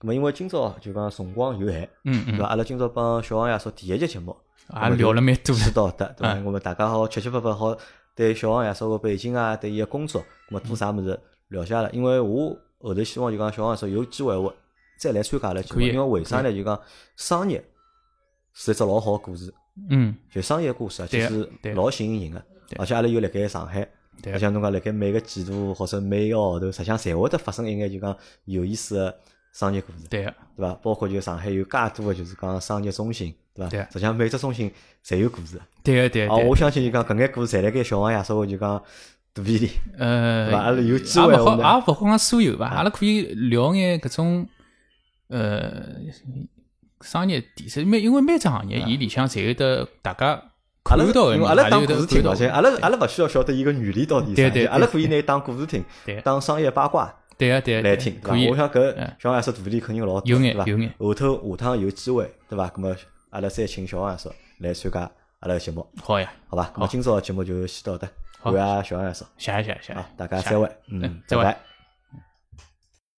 咁么因为今朝啊就讲辰光有限，嗯对伐？阿拉今朝帮小王爷说第一节节目，也聊了蛮多知了。道的，对哎伐？我们大家好七七八八好对小王爷说个背景啊，对伊个工作，咁嗯么做啥物事了解了。因为我后头希望就讲小王爷说有机会我再来参加阿拉节目，可以因为为啥呢？就讲商业是一只老好个故事，嗯，就商业故事啊，其对啊实对啊老吸引人个对，啊而且阿拉又辣盖上海。对而啊，且侬讲辣盖每个季度或者每一个号头，实际上侪会得发生一眼就讲有意思个商业故事，对啊，对伐？包括就上海有介多个就是讲商业中心，对伐？对啊实际上每只中心侪有故事。对啊，对啊，啊，对啊我相信就讲搿眼故事侪辣盖小王爷稍微就讲肚皮里，呃，对吧阿拉有也机会我勿好，们也勿好讲所有吧，阿拉可以聊眼搿种呃商业底层，每因为每只行业伊里向侪有得大家嗯阿看拉到因为嘛，阿拉当故事看听，到而且的。阿拉阿拉勿需要晓得伊个原理到底是对啥，对就阿拉对可以拿当故事听对，当商业八卦对啊，对啊，对来啊听，对可伐？以我，想搿嗯小王爷说肚皮里肯定老多，有对眼伐？有眼，后头下趟有机会，对伐？咁么阿拉再请小王爷说来参加阿拉个节目。好呀，好吧，那么今朝的节目就先到这，好感谢小杨老师，谢谢谢谢好，，大家谢再会，嗯，再会拜拜。